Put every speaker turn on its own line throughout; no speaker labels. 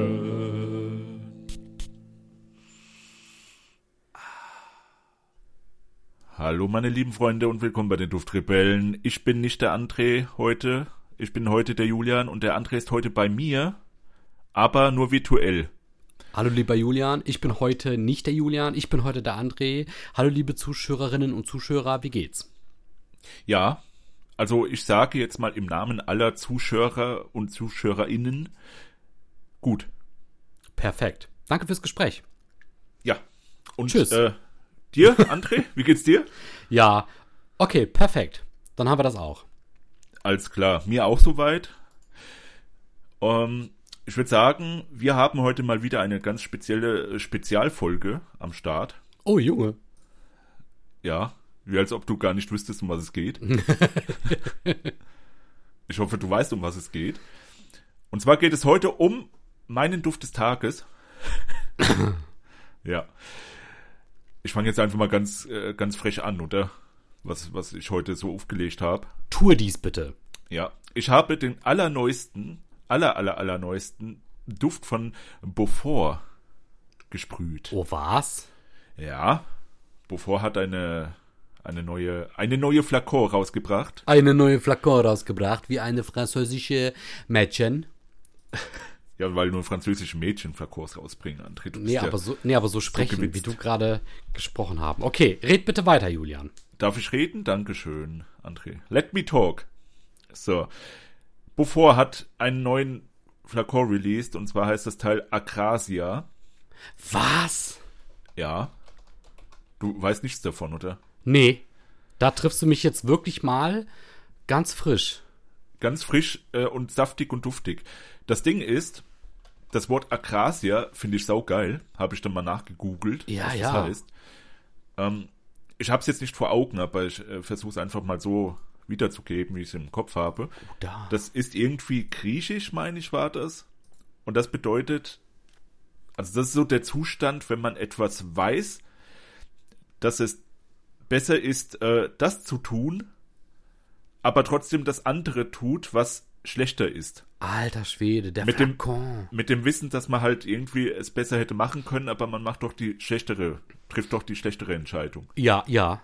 Rebellen. Hallo meine lieben Freunde und willkommen bei den Duftrebellen. Ich bin nicht der André heute. Ich bin heute der Julian und der André ist heute bei mir, aber nur virtuell.
Hallo lieber Julian, ich bin heute nicht der Julian, ich bin heute der André. Hallo liebe Zuschauerinnen und Zuschauer, wie geht's?
Ja, also ich sage jetzt mal im Namen aller Zuschauer und Zuschauerinnen, gut.
Perfekt. Danke fürs Gespräch.
Ja. Und
Tschüss.
Äh, dir, André, wie geht's dir?
Ja, okay, perfekt. Dann haben wir das auch.
Alles klar, mir auch soweit. Ähm, ich würde sagen, wir haben heute mal wieder eine ganz spezielle äh, Spezialfolge am Start.
Oh Junge.
Ja, wie als ob du gar nicht wüsstest, um was es geht. ich hoffe, du weißt, um was es geht. Und zwar geht es heute um meinen Duft des Tages. ja. Ich fange jetzt einfach mal ganz, äh, ganz frech an, oder? Was, was ich heute so aufgelegt habe.
Tue dies bitte.
Ja, ich habe den allerneuesten, aller, aller, allerneuesten Duft von Beaufort gesprüht.
Oh was?
Ja, Beaufort hat eine, eine neue, eine neue Flakon rausgebracht.
Eine neue Flakon rausgebracht, wie eine französische Mädchen.
Ja, weil nur französische Mädchen Flakons rausbringen, André. Du bist
Nee,
ja,
aber so, nee, aber so sprechen,
gewitzt.
wie du gerade gesprochen haben. Okay, red bitte weiter, Julian.
Darf ich reden? Dankeschön, André. Let me talk. So. Beaufort hat einen neuen Flakon released und zwar heißt das Teil Akrasia.
Was?
Ja. Du weißt nichts davon, oder?
Nee, da triffst du mich jetzt wirklich mal ganz frisch.
ganz frisch äh, und saftig und duftig. Das Ding ist, das Wort Akrasia finde ich saugeil. Habe ich dann mal nachgegoogelt,
Ja,
was
ja.
das heißt. Ähm, ich habe es jetzt nicht vor Augen, aber ich äh, versuche es einfach mal so wiederzugeben, wie ich es im Kopf habe.
Da.
Das ist irgendwie griechisch, meine ich, war das. Und das bedeutet, also das ist so der Zustand, wenn man etwas weiß, dass es besser ist, äh, das zu tun, aber trotzdem das andere tut, was schlechter ist.
Alter Schwede, der
Mit dem-
Flakon.
Mit dem Wissen, dass man halt irgendwie es besser hätte machen können, aber man macht doch die schlechtere, trifft doch die schlechtere Entscheidung.
Ja, ja.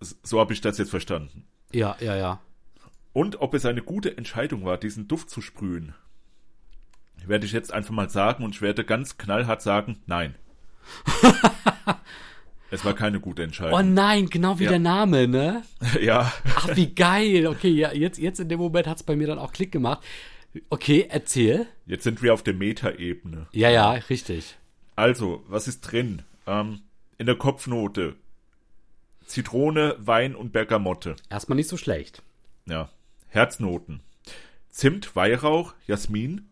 S- So habe ich das jetzt verstanden.
Ja, ja, ja.
Und ob es eine gute Entscheidung war, diesen Duft zu sprühen, werde ich jetzt einfach mal sagen und ich werde ganz knallhart sagen, nein. es war keine gute
Oh
Entscheidung.
nein, genau wie
Ja.
der Name, ne?
ja,
Ach, wie geil. Okay, ja, jetzt, jetzt in dem Moment hat es bei mir dann auch Klick gemacht. Okay, erzähl.
jetzt sind wir auf der Meta-Ebene.
Ja, ja, richtig.
Also, was ist drin? Ähm, in der Kopfnote Zitrone, Wein und Bergamotte.
Erstmal nicht so schlecht.
Ja. Herznoten. Zimt, Weihrauch, Jasmin.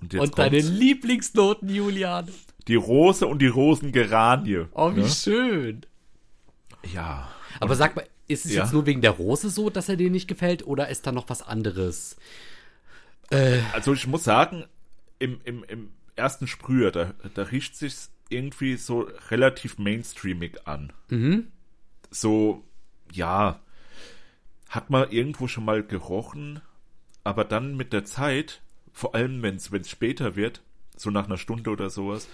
Und jetzt
Und deine
kommt's.
Lieblingsnoten, Julian.
die Rose und die Rosengeranie.
Oh, wie
ne?
schön.
Ja.
Aber sag mal, ist es
Ja.
jetzt nur wegen der Rose so, dass er dir nicht gefällt? Oder ist da noch was anderes?
Also ich muss sagen, im, im, im ersten Sprüher, da, da riecht sich's irgendwie so relativ mainstreamig an. So, ja, hat man irgendwo schon mal gerochen, aber dann mit der Zeit, vor allem wenn's wenn's später wird, so nach einer Stunde oder sowas,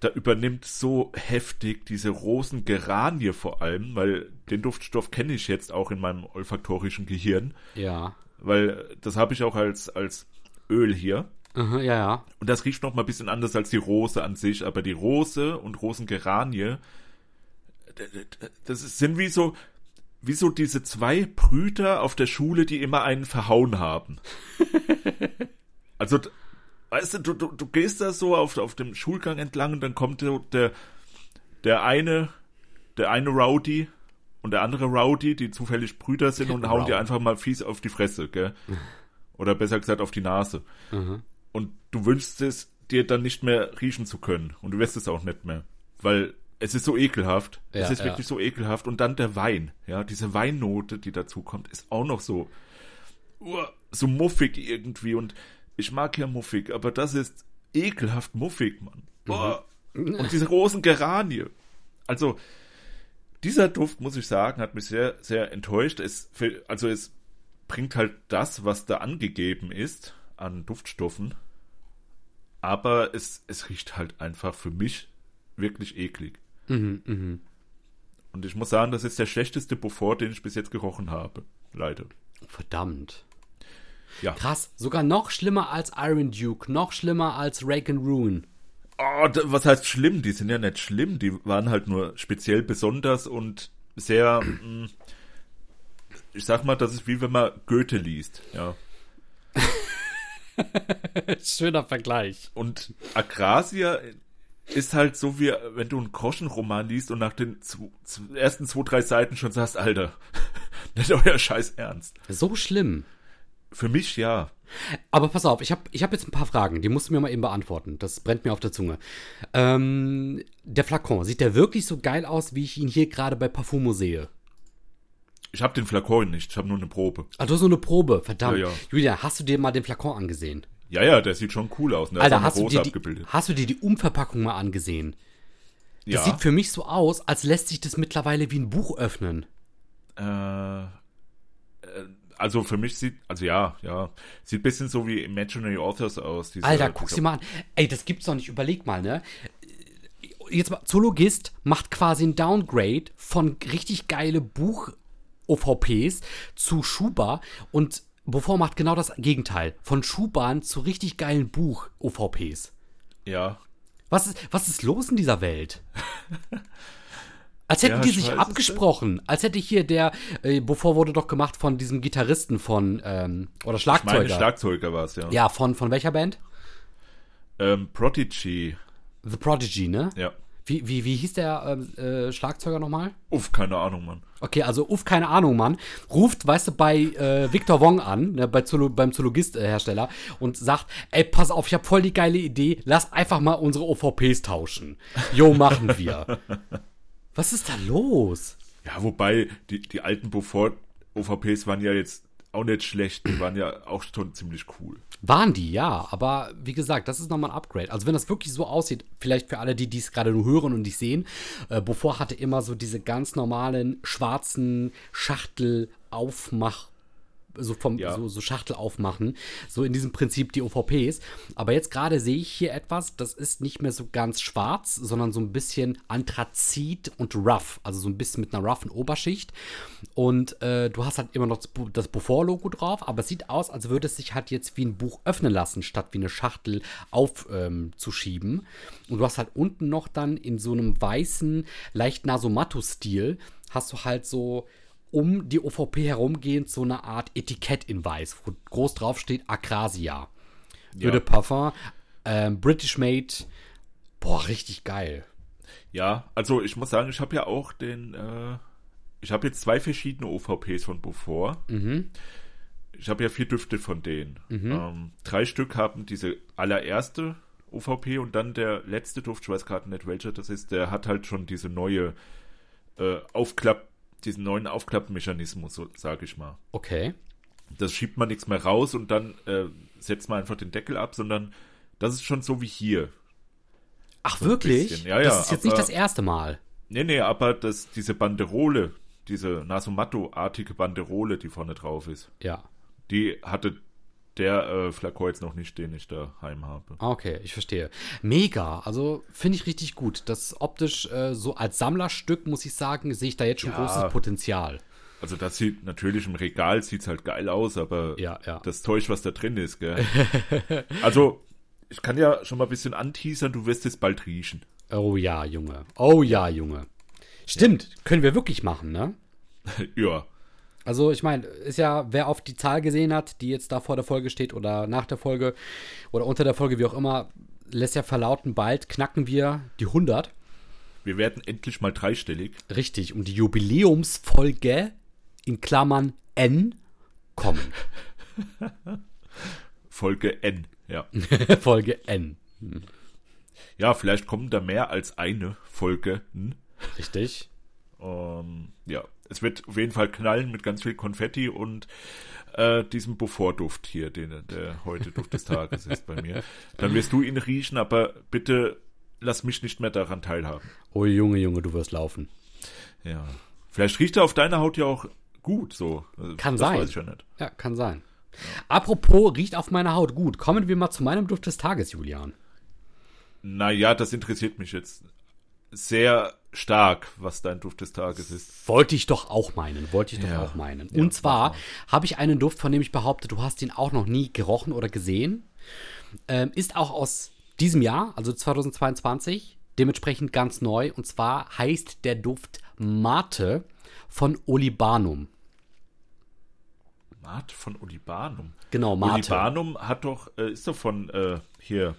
da übernimmt so heftig diese Rosengeranie vor allem, weil den Duftstoff kenne ich jetzt auch in meinem olfaktorischen Gehirn
Ja.
weil das habe ich auch als, als Öl hier.
Aha, ja, ja.
Und das riecht noch mal ein bisschen anders als die Rose an sich, aber die Rose und Rosengeranie, d- d- d- das ist- sind wie so, wie so diese zwei Brüder auf der Schule, die immer einen verhauen haben. also, d- weißt du, du, du, du gehst da so auf, auf dem Schulgang entlang und dann kommt so der, der eine, der eine Rowdy und der andere Rowdy, die zufällig Brüder sind und hauen dir
Rowdy.
einfach mal fies auf die Fresse, gell? Oder besser gesagt auf die Nase und du wünschst es dir dann nicht mehr riechen zu können und du wirst es auch nicht mehr, weil es ist so ekelhaft.
Ja,
es ist
ja.
wirklich so ekelhaft und dann der Wein, ja, diese Weinnote, die dazu kommt, ist auch noch so uah, so muffig irgendwie und ich mag ja muffig, aber das ist ekelhaft muffig, Mann.
Mhm.
Uah. Und diese großen Geranie. Also dieser Duft, muss ich sagen, hat mich sehr sehr enttäuscht. Es, also es bringt halt das, was da angegeben ist an Duftstoffen. Aber es, es riecht halt einfach für mich wirklich eklig.
Mhm, mhm.
Und ich muss sagen, das ist der schlechteste Beaufort, den ich bis jetzt gerochen habe. Leider.
Verdammt.
Ja.
Krass, sogar noch schlimmer als Iron Duke, noch schlimmer als Rake and Ruin.
Oh, da- was heißt schlimm? Die sind ja nicht schlimm. Die waren halt nur speziell besonders und sehr. mm, ich sag mal, das ist wie wenn man Goethe liest. Ja.
Schöner Vergleich.
Und Agrasia ist halt so wie, wenn du einen Groschenroman liest und nach den zw- zw- ersten zwei, drei Seiten schon sagst, Alter, nicht euer Scheiß ernst.
So schlimm.
Für mich ja.
Aber pass auf, ich habe ich hab jetzt ein paar Fragen, die musst du mir mal eben beantworten. Das brennt mir auf der Zunge. Ähm, der Flakon, sieht der wirklich so geil aus, wie ich ihn hier gerade bei Parfumo sehe?
Ich habe den Flakon nicht, ich habe nur eine Probe.
Ah, du hast so eine Probe, verdammt.
Ja, ja.
Julia, hast du dir mal den Flakon angesehen?
Ja, ja, der sieht schon cool aus. Ne? Da ist auch
Alter,
eine
hast du,
Rose
dir die,
abgebildet.
hast du dir die Umverpackung mal angesehen? Das
ja.
sieht für mich so aus, als lässt sich das mittlerweile wie ein Buch öffnen.
Äh, äh, also für mich sieht, also ja, ja, sieht ein bisschen so wie Imaginary Authors aus. diese-
Alter, guck's dir
diese-
mal an. Ey, das gibt's doch nicht. Überleg mal, ne? Jetzt mal, Zoologist macht quasi ein Downgrade von richtig geile Buch-OVPs zu Schuba und Beaufort macht genau das Gegenteil. Von Schubahn zu richtig geilen Buch-OVPs.
Ja,
Was ist, was ist los in dieser Welt? Als hätten
Ja,
die
ich
sich
weiß es
abgesprochen. Als hätte hier der, äh, bevor wurde doch gemacht von diesem Gitarristen von, ähm, oder Schlagzeuger.
meine Schlagzeuger war es, ja.
ja, von, von welcher Band?
Ähm, Prodigy,
The Prodigy, ne?
ja.
Wie, wie, wie hieß der ähm, äh, Schlagzeuger nochmal?
Uff, keine Ahnung, Mann.
Okay, also uff, keine Ahnung, Mann. Ruft, weißt du, bei äh, Victor Wong an, ne, bei Zoolo beim Zoologist-Hersteller und sagt, ey, pass auf, ich habe voll die geile Idee, lass einfach mal unsere OVPs tauschen. Jo, machen wir. Was ist da los?
Ja, wobei, die, die alten Beaufort-OVPs waren ja jetzt auch nicht schlecht, die waren ja auch schon ziemlich cool.
Waren die, ja, aber wie gesagt, das ist nochmal ein Upgrade. Also wenn das wirklich so aussieht, vielleicht für alle, die dies gerade nur hören und nicht sehen, äh, Beaufort hatte immer so diese ganz normalen schwarzen Schachtelaufmach, so vom
Ja.
so, so Schachtel aufmachen, so in diesem Prinzip die OVPs. Aber jetzt gerade sehe ich hier etwas, das ist nicht mehr so ganz schwarz, sondern so ein bisschen Anthrazit und rough, also so ein bisschen mit einer roughen Oberschicht. Und äh, du hast halt immer noch das Bu- das Beaufort-Logo drauf, aber es sieht aus, als würde es sich halt jetzt wie ein Buch öffnen lassen, statt wie eine Schachtel aufzuschieben. Ähm, zu schieben. und du hast halt unten noch dann in so einem weißen, leicht Nasomatto-Stil, hast du halt so um die OVP herumgehend so eine Art Etikett in weiß, wo groß drauf steht Akrasia. Eau de Parfum, ähm, British Made. Boah, richtig geil.
Ja, also ich muss sagen, ich habe ja auch den, äh, ich habe jetzt zwei verschiedene OVPs von Beaufort. Ich habe ja vier Düfte von denen. Ähm, drei Stück haben diese allererste OVP und dann der letzte Duft, ich weiß gerade nicht welcher das ist, der hat halt schon diese neue äh, Aufklapp, diesen neuen Aufklappmechanismus, so sage ich mal.
Okay.
Das schiebt man nichts mehr raus und dann äh, setzt man einfach den Deckel ab, sondern das ist schon so wie hier.
Ach,
bisschen.
wirklich?
Ja, ja,
das ist jetzt nicht
aber-
das erste Mal.
Nee, nee, aber das, diese Banderole, diese Nasomatto-artige Banderole, die vorne drauf ist,
Ja.
die hatte der äh, Flakon jetzt noch nicht, den ich daheim habe.
Ah, Okay, ich verstehe. Mega, also finde ich richtig gut. Das optisch äh, so als Sammlerstück, muss ich sagen, sehe ich da jetzt schon
Ja.
großes Potenzial.
Also das sieht natürlich im Regal sieht's halt geil aus, aber
Ja, ja.
das Zeug, was da drin ist, gell? also ich kann ja schon mal ein bisschen anteasern, du wirst es bald riechen.
Oh ja, Junge. Oh ja, Junge. Stimmt, können wir wirklich machen, ne?
ja,
Also ich meine, ist ja, wer auf die Zahl gesehen hat, die jetzt da vor der Folge steht oder nach der Folge oder unter der Folge, wie auch immer, lässt ja verlauten, bald knacken wir die 100.
wir werden endlich mal dreistellig.
Richtig, um die Jubiläumsfolge in Klammern N kommen.
Folge N, ja.
Folge N.
ja, vielleicht kommen da mehr als eine Folge. Hm?
Richtig.
Ähm, ja, es wird auf jeden Fall knallen mit ganz viel Konfetti und äh, diesem Beaufort-Duft hier, den, der heute Duft des Tages ist bei mir. Dann wirst du ihn riechen, aber bitte lass mich nicht mehr daran teilhaben.
Oh Junge, Junge, du wirst laufen.
Ja. Vielleicht riecht er auf deiner Haut ja auch gut so. Also,
Kann
das
sein.
Weiß ich ja nicht.
Ja, kann sein. Apropos, riecht auf meiner Haut gut. Kommen wir mal zu meinem Duft des Tages, Julian.
Naja, das interessiert mich jetzt sehr stark, was dein Duft des Tages ist.
Wollte ich doch auch meinen, wollte ich doch
Ja.
auch meinen.
Ja,
Und zwar habe ich einen Duft, von dem ich behaupte, du hast ihn auch noch nie gerochen oder gesehen. Ähm, ist auch aus diesem Jahr, also 2022, dementsprechend ganz neu. Und zwar heißt der Duft Mate von Olibanum.
Mate von Olibanum.
Genau, Mate.
Olibanum hat doch, äh, ist doch von äh, hier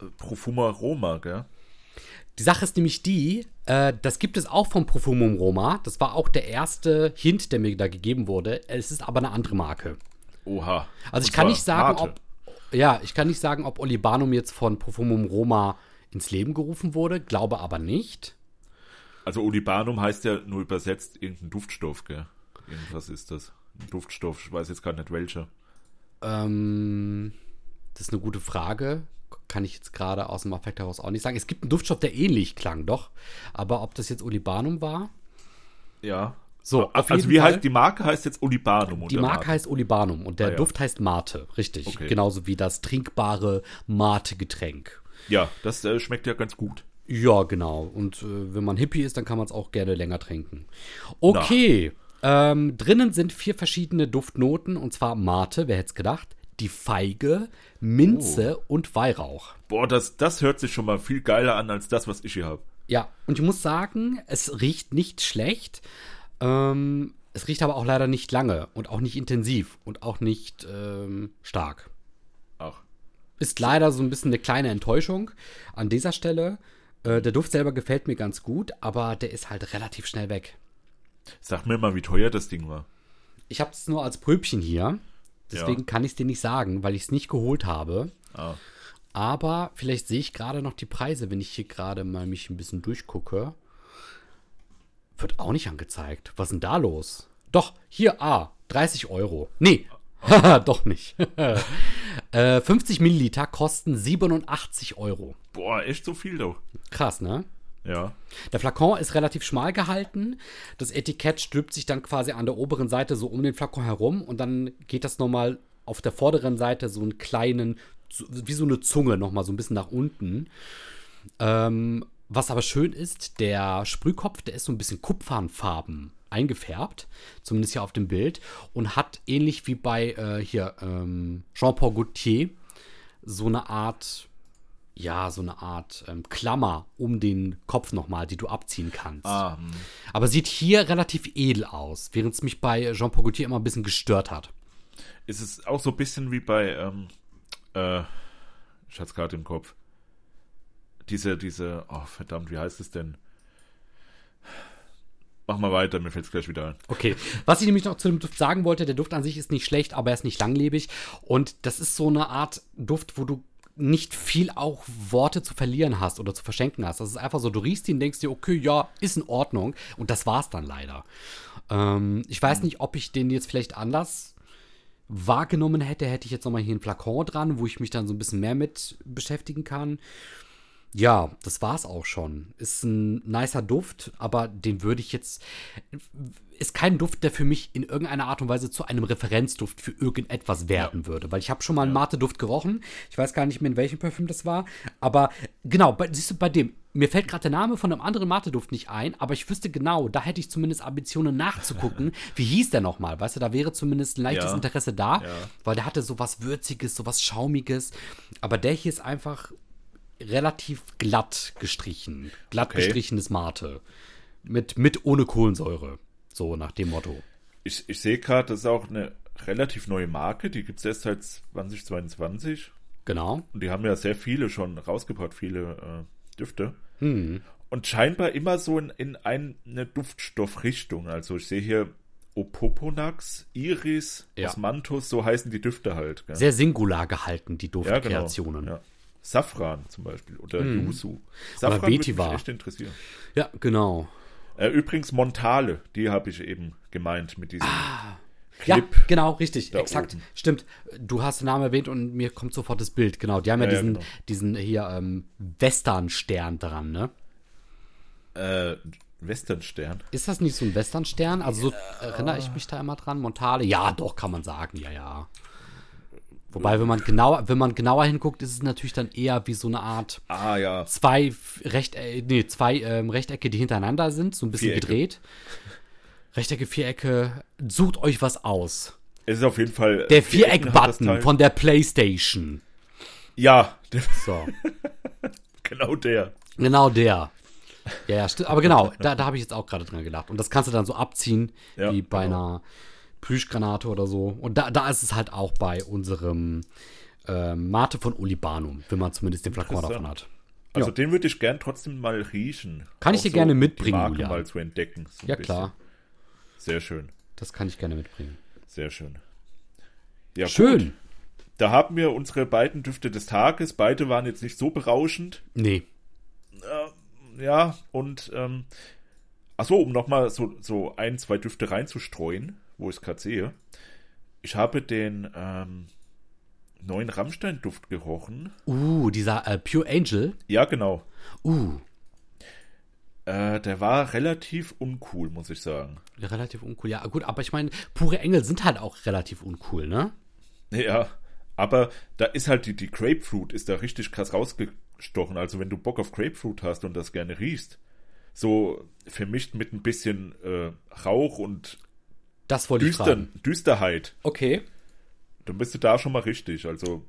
äh, Profuma Roma, gell?
Die Sache ist nämlich die, äh, das gibt es auch vom Profumum Roma. Das war auch der erste Hint, der mir da gegeben wurde. Es ist aber eine andere Marke.
Oha. Und
Also ich kann
zwar
nicht sagen,
Mate.
ob ja, ich kann nicht sagen, ob Olibanum jetzt von Profumum Roma ins Leben gerufen wurde, glaube aber nicht.
Also Olibanum heißt ja nur übersetzt irgendein Duftstoff, gell? Irgendwas ist das. Ein Duftstoff, ich weiß jetzt gar nicht welcher.
Ähm, das ist eine gute Frage. Kann ich jetzt gerade aus dem Affekt heraus auch nicht sagen. Es gibt einen Duftstoff, der ähnlich klang, doch. Aber ob das jetzt Olibanum war?
Ja.
So, auf
also
jeden
wie
Fall.
heißt die Marke heißt jetzt Olibanum
Die
oder
Marke heißt Olibanum und der
Ah, ja.
Duft heißt Mate, richtig.
Okay.
Genauso wie das trinkbare Mate-Getränk.
Ja, das äh, schmeckt ja ganz gut.
Ja, genau. Und äh, wenn man Hippie ist, dann kann man es auch gerne länger trinken. Okay. Ähm, drinnen sind vier verschiedene Duftnoten und zwar Mate, wer hätte es gedacht, die Feige, Minze und Weihrauch.
Boah, das, das hört sich schon mal viel geiler an als das, was ich hier habe.
Ja, und ich muss sagen, es riecht nicht schlecht. Ähm, es riecht aber auch leider nicht lange und auch nicht intensiv und auch nicht ähm, stark.
Ach.
Ist leider so ein bisschen eine kleine Enttäuschung an dieser Stelle. Äh, der Duft selber gefällt mir ganz gut, aber der ist halt relativ schnell weg.
Sag mir mal, wie teuer das Ding war.
Ich habe es nur als Pröbchen hier. Deswegen kann ich es dir nicht sagen, weil ich es nicht geholt habe.
Ah.
Aber vielleicht sehe ich gerade noch die Preise, wenn ich hier gerade mal mich ein bisschen durchgucke. Wird auch nicht angezeigt. Was ist denn da los? Doch, hier, ah, 30 Euro. Nee, haha, doch nicht. äh, 50 Milliliter kosten 87 Euro.
Boah, echt so viel doch.
Krass, ne?
Ja.
Der Flakon ist relativ schmal gehalten. Das Etikett stülpt sich dann quasi an der oberen Seite so um den Flakon herum und dann geht das nochmal auf der vorderen Seite so einen kleinen, so- wie so eine Zunge nochmal so ein bisschen nach unten. Ähm, was aber schön ist, der Sprühkopf, der ist so ein bisschen kupfernfarben eingefärbt, zumindest hier auf dem Bild, und hat ähnlich wie bei äh, hier ähm, Jean-Paul Gaultier so eine Art ja, so eine Art ähm, Klammer um den Kopf nochmal, die du abziehen kannst.
Ah, hm.
Aber sieht hier relativ edel aus, während es mich bei Jean Paul Gaultier immer ein bisschen gestört hat.
ist es auch so ein bisschen wie bei, ähm, äh, ich hatte es gerade im Kopf. Diese, diese, oh verdammt, wie heißt es denn? Mach mal weiter, mir fällt es gleich wieder ein.
Okay, was ich nämlich noch zu dem Duft sagen wollte, der Duft an sich ist nicht schlecht, aber er ist nicht langlebig. Und das ist so eine Art Duft, wo du nicht viel auch Worte zu verlieren hast oder zu verschenken hast. Das ist einfach so, du riechst ihn, denkst dir, okay, ja, ist in Ordnung. Und das war's dann leider. Ähm, ich weiß nicht, ob ich den jetzt vielleicht anders wahrgenommen hätte, hätte ich jetzt nochmal hier einen Flakon dran, wo ich mich dann so ein bisschen mehr mit beschäftigen kann. Ja, das war's auch schon. Ist ein nicer Duft, aber den würde ich jetzt. Ist kein Duft, der für mich in irgendeiner Art und Weise zu einem Referenzduft für irgendetwas werden würde. Weil ich habe schon mal einen Mate-Duft gerochen. Ich weiß gar nicht mehr, in welchem Parfüm das war. Aber genau, bei, siehst du, bei dem. Mir fällt gerade der Name von einem anderen Mate-Duft nicht ein, aber ich wüsste genau, da hätte ich zumindest Ambitionen nachzugucken. Wie hieß der nochmal? Weißt du, da wäre zumindest ein leichtes
Ja.
Interesse da,
Ja.
weil der hatte so was Würziges, so was Schaumiges. Aber der hier ist einfach relativ glatt gestrichen. Glatt
Okay.
gestrichenes Mate. Mit, mit ohne Kohlensäure. So nach dem Motto.
Ich, ich sehe gerade, das ist auch eine relativ neue Marke, die gibt es erst seit 2022.
Genau.
Und die haben ja sehr viele schon rausgebracht, viele äh, Düfte. Und scheinbar immer so in, in ein, eine Duftstoffrichtung. Also ich sehe hier Opoponax, Iris,
Ja.
Osmanthus, so heißen die Düfte halt. Gell?
Sehr singular gehalten, die
ja, genau.
Duftkreationen.
Ja. Safran zum Beispiel oder Yuzu.
Mhm. Oder
Safran würde
Vetiver.
mich echt interessieren.
ja, genau.
Äh, übrigens Montale, die habe ich eben gemeint mit diesem
Ah, Ja,
Clip.
genau, richtig,
da
exakt.
oben.
Stimmt. Du hast den Namen erwähnt und mir kommt sofort das Bild. Genau, die haben ja,
Ja, ja,
diesen,
genau.
diesen hier ähm, Western-Stern dran, ne?
Äh, Westernstern.
Ist das nicht so ein Westernstern? Also so erinnere ich mich da immer dran, Montale? Ja, doch, kann man sagen, ja, ja. Wobei, wenn man genauer, wenn man genauer hinguckt, ist es natürlich dann eher wie so eine Art
Ah ja.
zwei, F- Recht, äh, nee, zwei ähm, Rechtecke, die hintereinander sind, so ein bisschen
Vierecke.
gedreht. Rechtecke, Vierecke, sucht euch was aus.
Es ist auf jeden Fall.
Der
Vierecken hat das Teil.
Viereck-Button von der Playstation.
Ja, der,
So,
genau der.
genau der. Ja, ja, stimmt. Aber genau, da, da habe ich jetzt auch gerade dran gedacht. Und das kannst du dann so abziehen,
Ja,
wie bei
genau.
einer Plüschgranate oder so. Und da, da ist es halt auch bei unserem äh, Mate von Olibanum, wenn man zumindest den Flakon davon hat.
Also
Ja.
den würde ich gern trotzdem mal riechen.
Kann ich dir gerne mitbringen,
die Marke
Julian.
mal zu entdecken. so ein
Ja,
bisschen.
klar,
Sehr schön,
das kann ich gerne mitbringen.
sehr schön. Ja,
Schön.
Gut. Da haben wir unsere beiden Düfte des Tages. Beide waren jetzt nicht so berauschend.
Nee.
Ja, und ähm, achso, um nochmal so, so ein, zwei Düfte reinzustreuen, wo ich es gerade sehe. Ich habe den ähm, neuen Rammstein-Duft gerochen.
Uh, dieser äh, Pure Angel.
Ja, genau.
Uh,
Äh, der war relativ uncool, muss ich sagen.
relativ uncool. Ja, gut, aber ich meine, pure Engel sind halt auch relativ uncool, ne?
Ja, aber da ist halt die, die Grapefruit ist da richtig krass rausgestochen. Also wenn du Bock auf Grapefruit hast und das gerne riechst, so vermischt mit ein bisschen äh, Rauch und
Das wollte ich
Düster,
fragen.
Düsterheit,
Okay.
dann bist du da schon mal richtig. Also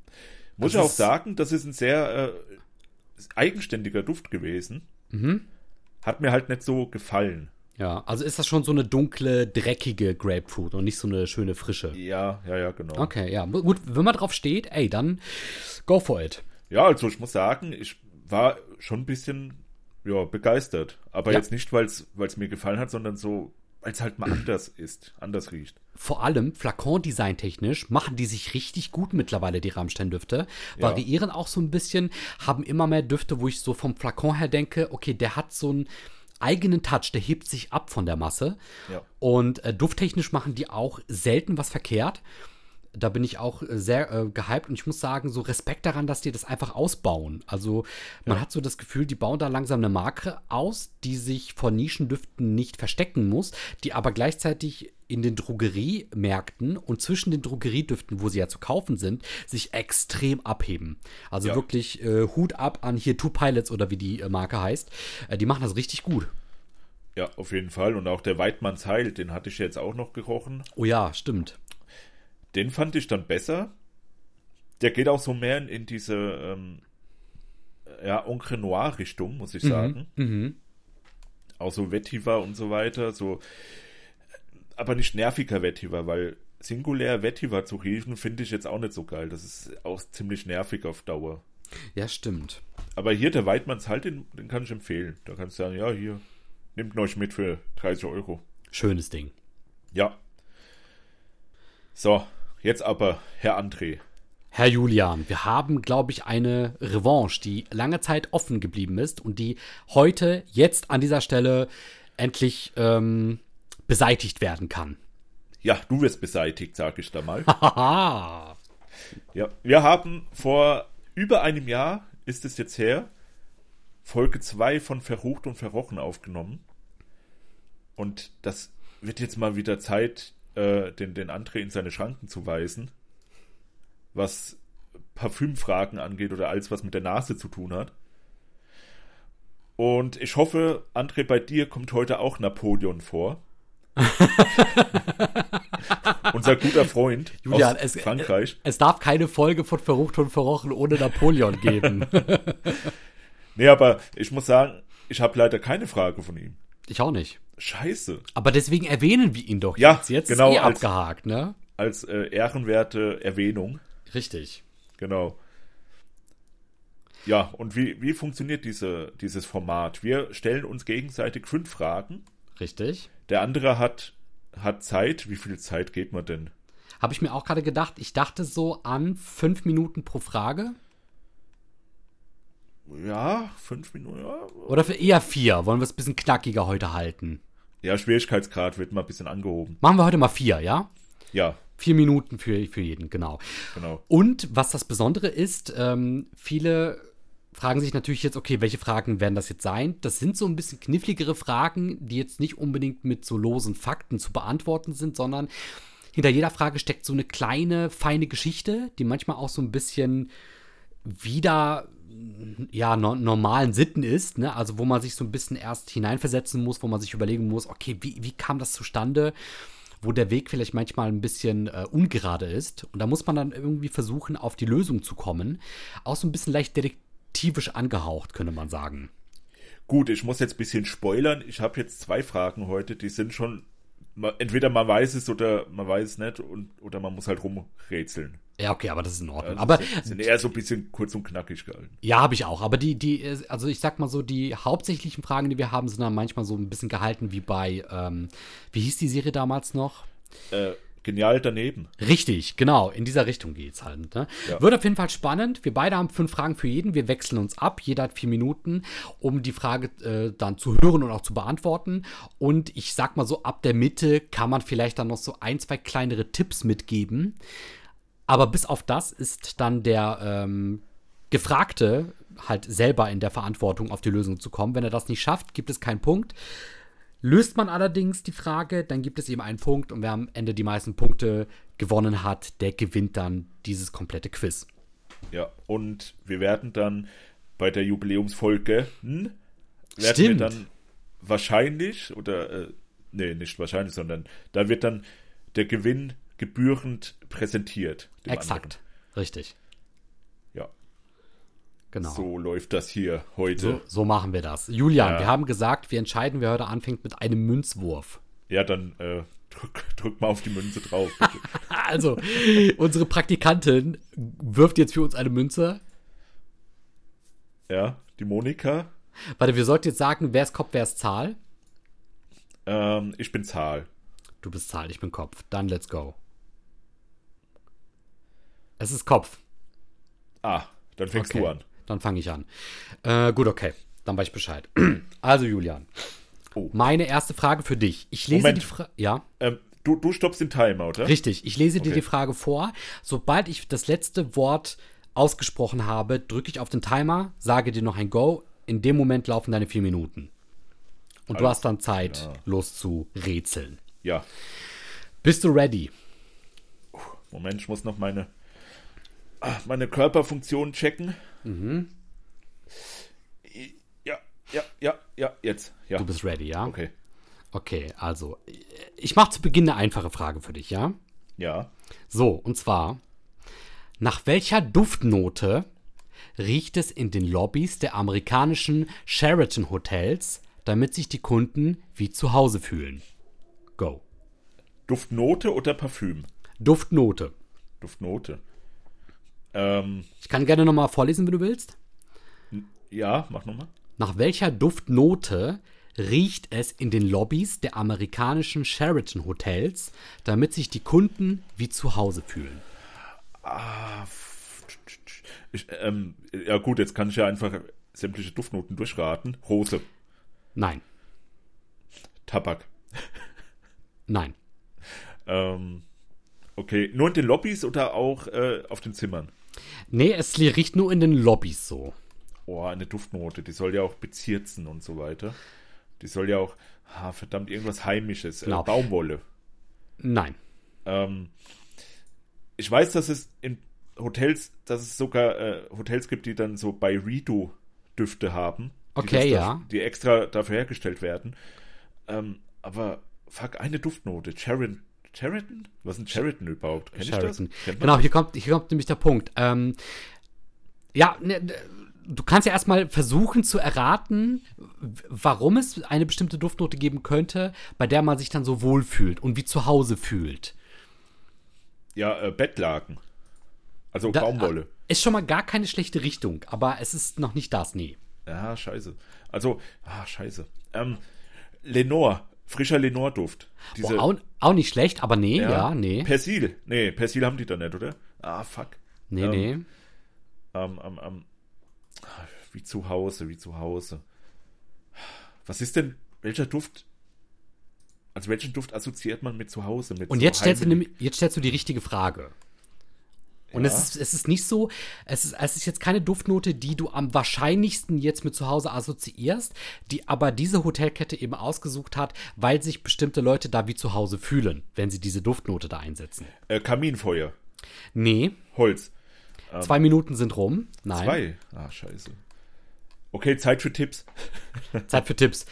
muss
Das
ich auch
ist-
sagen, das ist ein sehr äh, eigenständiger Duft gewesen. Mhm. Hat mir halt nicht so gefallen.
Ja, also ist das schon so eine dunkle, dreckige Grapefruit und nicht so eine schöne frische.
Ja, ja, ja, genau.
Okay, ja. Bu- Gut, wenn man drauf steht, ey, dann go for it.
Ja, also ich muss sagen, ich war schon ein bisschen ja, begeistert. Aber
Ja.
jetzt nicht, weil es mir gefallen hat, sondern so, weil es halt mal anders ist, anders riecht.
Vor allem Flakon-Design-technisch machen die sich richtig gut mittlerweile, die Rammstein-Düfte.
Ja.
Variieren auch so ein bisschen, haben immer mehr Düfte, wo ich so vom Flakon her denke, okay, der hat so einen eigenen Touch, der hebt sich ab von der Masse.
Ja.
Und äh, dufttechnisch machen die auch selten was verkehrt. Da bin ich auch äh, sehr äh, gehypt und ich muss sagen, so Respekt daran, dass die das einfach ausbauen. Also man hat so das Gefühl, die bauen da langsam eine Marke aus, die sich vor Nischendüften nicht verstecken muss, die aber gleichzeitig in den Drogeriemärkten und zwischen den Drogeriedüften, wo sie ja zu kaufen sind, sich extrem abheben. Also
Ja.
wirklich äh, Hut ab an hier Two Pilots oder wie die äh, Marke heißt. Äh, die machen das richtig gut.
Ja, auf jeden Fall. Und auch der Weidmanns Heil, den hatte ich jetzt auch noch gerochen.
Oh ja, stimmt.
Den fand ich dann besser. Der geht auch so mehr in, in diese ähm, ja, Encre Noir-Richtung, muss ich sagen.
Mhm.
Auch so Vetiver und so weiter. So, aber nicht nerviger Vetiver, weil singulär Vetiver zu riechen, finde ich jetzt auch nicht so geil. Das ist auch ziemlich nervig auf Dauer.
Ja, stimmt.
Aber hier der Weidmanns halt, den, den kann ich empfehlen. Da kannst du sagen, ja, hier, nehmt ihn euch mit für 30 Euro.
Schönes Ding.
Ja. So, jetzt aber, Herr André.
Herr Julian, wir haben, glaube ich, eine Revanche, die lange Zeit offen geblieben ist und die heute, jetzt an dieser Stelle endlich ähm, beseitigt werden kann.
Ja, du wirst beseitigt, sag ich da mal.
Haha.
Ja, wir haben vor über einem Jahr, ist es jetzt her, Folge 2 von Verrucht und Verrochen aufgenommen. Und das wird jetzt mal wieder Zeit, äh, den, den André in seine Schranken zu weisen, was Parfümfragen angeht oder alles, was mit der Nase zu tun hat. Und ich hoffe, André, bei dir kommt heute auch Napoleon vor. Unser guter Freund
Julian,
aus
es-
Frankreich.
Es darf keine Folge von Verrucht und Verrochen ohne Napoleon geben.
Nee, aber ich muss sagen, ich habe leider keine Frage von ihm.
ich auch nicht.
Scheiße.
Aber deswegen erwähnen wir ihn doch
Ja,
jetzt. Jetzt
genau,
ist eh
als-
abgehakt, ne?
Als äh, ehrenwerte Erwähnung.
Richtig.
Genau. Ja, und wie, wie funktioniert diese, dieses Format? Wir stellen uns gegenseitig fünf Fragen.
Richtig.
Der andere hat, hat Zeit. Wie viel Zeit geht man denn?
Habe ich mir auch gerade gedacht, ich dachte so an fünf Minuten pro Frage.
Ja, fünf Minuten. Ja,
Oder für eher vier. Wollen wir es ein bisschen knackiger heute halten?
ja Schwierigkeitsgrad wird mal ein bisschen angehoben.
Machen wir heute mal vier, ja?
Ja,
Vier Minuten für, für jeden, genau.
genau.
Und was das Besondere ist, ähm, viele fragen sich natürlich jetzt, okay, welche Fragen werden das jetzt sein? Das sind so ein bisschen kniffligere Fragen, die jetzt nicht unbedingt mit so losen Fakten zu beantworten sind, sondern hinter jeder Frage steckt so eine kleine, feine Geschichte, die manchmal auch so ein bisschen wieder ja, no normalen Sitten ist, ne? also wo man sich so ein bisschen erst hineinversetzen muss, wo man sich überlegen muss, okay, wie, wie kam das zustande? wo der Weg vielleicht manchmal ein bisschen äh, ungerade ist. Und da muss man dann irgendwie versuchen, auf die Lösung zu kommen. Auch so ein bisschen leicht detektivisch angehaucht, könnte man sagen.
Gut, ich muss jetzt ein bisschen spoilern. Ich habe jetzt zwei Fragen heute, die sind schon. Entweder man weiß es oder man weiß es nicht und, oder man muss halt rumrätseln.
Ja, okay, aber das ist in Ordnung. Ja, aber
sind eher so ein bisschen kurz und knackig gehalten.
Ja, habe ich auch. Aber die, die, also ich sag mal so, die hauptsächlichen Fragen, die wir haben, sind dann manchmal so ein bisschen gehalten wie bei, ähm, wie hieß die Serie damals noch?
Äh, genial daneben.
Richtig, genau. In dieser Richtung geht's halt. Ne? Ja. Wird auf jeden Fall spannend. Wir beide haben fünf Fragen für jeden. Wir wechseln uns ab. Jeder hat vier Minuten, um die Frage äh, dann zu hören und auch zu beantworten. Und ich sag mal so, ab der Mitte kann man vielleicht dann noch so ein, zwei kleinere Tipps mitgeben. Aber bis auf das ist dann der ähm, Gefragte halt selber in der Verantwortung, auf die Lösung zu kommen. Wenn er das nicht schafft, gibt es keinen Punkt. Löst man allerdings die Frage, dann gibt es eben einen Punkt und wer am Ende die meisten Punkte gewonnen hat, der gewinnt dann dieses komplette Quiz.
Ja, und wir werden dann bei der Jubiläumsfolge hm, werden
Stimmt.
wir dann wahrscheinlich oder äh, nee, nicht wahrscheinlich, sondern da wird dann der Gewinn gebührend präsentiert.
Exakt, anderen. richtig.
Ja.
Genau.
So läuft das hier heute.
So, so machen wir das. Julian, ja. wir haben gesagt, wir entscheiden, wer heute anfängt mit einem Münzwurf.
Ja, dann äh, drück, drück mal auf die Münze drauf.
also, unsere Praktikantin wirft jetzt für uns eine Münze.
Ja, die Monika.
Warte, wir sollten jetzt sagen, wer ist Kopf, wer ist Zahl?
Ähm, ich bin Zahl.
Du bist Zahl, ich bin Kopf. Dann let's go. Es ist Kopf.
Ah, dann fängst
okay.
du an.
Dann fange ich an. Äh, gut, okay. Dann weiß ich Bescheid. also, Julian.
Oh.
Meine erste Frage für dich. Ich lese
Moment.
die Frage. Ja.
Ähm, du, du stoppst den Timer, oder?
Richtig. Ich lese dir
Okay.
die Frage vor. Sobald ich das letzte Wort ausgesprochen habe, drücke ich auf den Timer, sage dir noch ein Go. In dem Moment laufen deine vier Minuten. Und du
Alles
hast dann Zeit, los zu rätseln.
Ja.
Bist du ready?
Moment, ich muss noch meine, ah, meine Körperfunktion checken. Mhm. Ja, ja, ja, ja, jetzt. Ja.
Du bist ready, ja?
okay.
Okay, also ich mache zu Beginn eine einfache Frage für dich, ja?
Ja.
So, und zwar, nach welcher Duftnote riecht es in den Lobbys der amerikanischen Sheraton Hotels, damit sich die Kunden wie zu Hause fühlen? Go.
Duftnote oder Parfüm?
Duftnote.
Duftnote. Ähm,
Ich kann gerne nochmal vorlesen, wenn du willst.
ja, mach nochmal.
Nach welcher Duftnote riecht es in den Lobbys der amerikanischen Sheraton Hotels, damit sich die Kunden wie zu Hause fühlen?
Ich, ähm, ja gut, jetzt kann ich ja einfach sämtliche Duftnoten durchraten. Rose,
Nein,
Tabak.
nein.
Ähm, okay, nur in den Lobbys oder auch äh, auf den Zimmern?
Nee, es riecht nur in den Lobbys so.
Oh, eine Duftnote, die soll ja auch bezirzen und so weiter. Die soll ja auch, ah, verdammt, irgendwas Heimisches, äh,
Genau.
Baumwolle.
Nein.
Ähm, ich weiß, dass es in Hotels, dass es sogar äh, Hotels gibt, die dann so bei Redo Düfte haben. die
Okay,
das
ja.
daf- Die extra dafür hergestellt werden. Ähm, aber fuck, eine Duftnote. Sheraton. Sheraton? Was ist ein Sheraton überhaupt? Kenn
Sheraton.
ich das? Kennt man
Genau, hier kommt, hier kommt nämlich der Punkt. Ähm, ja, ne, ne, du kannst ja erstmal versuchen zu erraten, w- warum es eine bestimmte Duftnote geben könnte, bei der man sich dann so wohlfühlt und wie zu Hause fühlt.
Ja, äh, Bettlaken. Also
Da- ah. äh,
Baumwolle.
Ist schon mal gar keine schlechte Richtung, aber es ist noch nicht das, nee.
Ja, scheiße. Also, ah, scheiße. Ähm, Lenore, frischer Lenore-Duft. Diese,
Boah, auch, auch nicht schlecht, aber nee, ja, nee.
Persil. Nee, Persil haben die da nicht, oder? Ah, fuck.
Nee,
ähm,
nee.
Ähm, ähm, ähm. Ah, Wie zu Hause, wie zu Hause. Was ist denn, welcher Duft, also welchen Duft assoziiert man mit zu Hause? Mit
Und
so
jetzt stellst, du,
heimelig-
nämlich- jetzt stellst du die richtige Frage. Und es, ist, es ist nicht so, es ist, es ist jetzt keine Duftnote, die du am wahrscheinlichsten jetzt mit zu Hause assoziierst, die aber diese Hotelkette eben ausgesucht hat, weil sich bestimmte Leute da wie zu Hause fühlen, wenn sie diese Duftnote da einsetzen.
Äh, Kaminfeuer.
Nee,
Holz.
zwei Minuten sind rum. Nein.
Ähm. Zwei. Ah, scheiße. Okay, Zeit für Tipps.
Zeit für Tipps.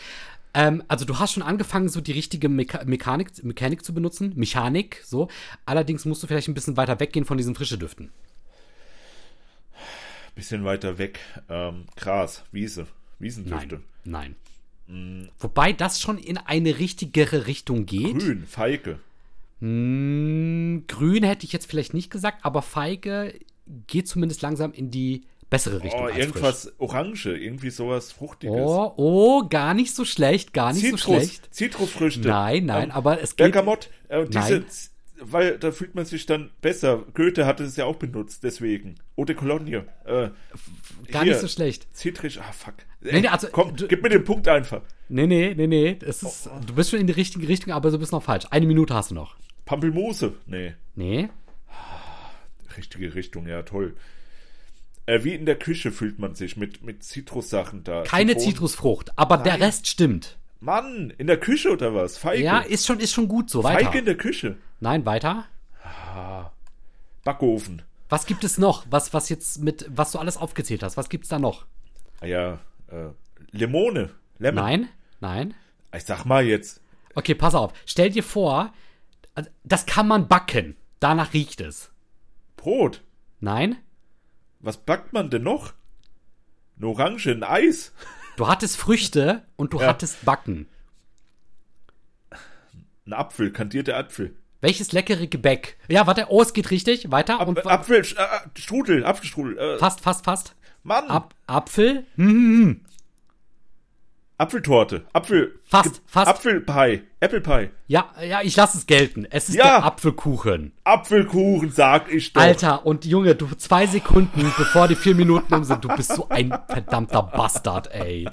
Ähm, also du hast schon angefangen, so die richtige Meka Mechanik, Mechanik zu benutzen, Mechanik, so. Allerdings musst du vielleicht ein bisschen weiter weggehen von diesen frischen Düften.
Bisschen weiter weg. Ähm, Gras, Wiese, Wiesendüfte.
Nein, nein. Wobei das schon in eine richtigere Richtung geht.
Grün, Feige.
Grün. Grün hätte ich jetzt vielleicht nicht gesagt, aber Feige geht zumindest langsam in die bessere Richtung.
Oh,
als
irgendwas Orange, irgendwie sowas Fruchtiges.
Frisch. Oh, oh, gar nicht so schlecht, gar nicht so
Zitrus, Ähm,
schlecht.
Zitrusfrüchte.
Nein, nein, aber es geht.
Bergamott, äh, diese,
Nein.
Z- weil da fühlt man sich dann besser. Goethe hatte es ja auch benutzt, deswegen. Eau de Cologne. Äh,
Gar
hier,
nicht so schlecht.
Zitrisch, ah fuck. Ey,
nee, also,
Komm,
du-
gib mir den Punkt einfach.
Nee, nee, nee, nee. Es ist,
Oh,
Du bist schon in die richtige Richtung, aber du bist noch falsch. Eine Minute hast du noch.
Pampelmose. Nee,
Nee.
richtige Richtung, ja toll. Äh, wie in der Küche fühlt man sich mit, mit Zitrussachen da.
Keine
Zitronen.
Zitrusfrucht, aber der Rest stimmt.
Mann, in der Küche oder was? Feige.
Ja, ist schon, ist schon gut so. Weiter.
Feige in der Küche.
Nein, weiter.
Backofen.
Was gibt es noch? Was, was jetzt mit, was du alles aufgezählt hast? Was gibt's da noch?
Ah Ja, äh, Limone. Lemon.
Nein, nein.
Ich sag mal jetzt.
Okay, pass auf. Stell dir vor, also, das kann man backen. Danach riecht es.
Brot.
Nein?
Was backt man denn noch? Eine Orange, ein Eis.
Du hattest Früchte und du
Ja.
hattest Backen.
Ein Apfel, kandierter Apfel.
Welches leckere Gebäck? Ja, warte. Oh, es geht richtig. Weiter. und
Äh, Apfel, Sch- äh, äh, Strudel, Apfelstrudel. Äh,
fast, fast, fast.
Mann,
Ap Apfel? Hm,
Apfeltorte, Apfel.
Fast,
Ge-
fast.
Apfelpie, Apple Pie.
Ja, ja, ich lasse es gelten. Es ist
Ja.
der Apfelkuchen.
Apfelkuchen, sag ich doch.
Alter, und Junge, du zwei Sekunden, bevor die vier Minuten um sind, du bist so ein verdammter Bastard, ey.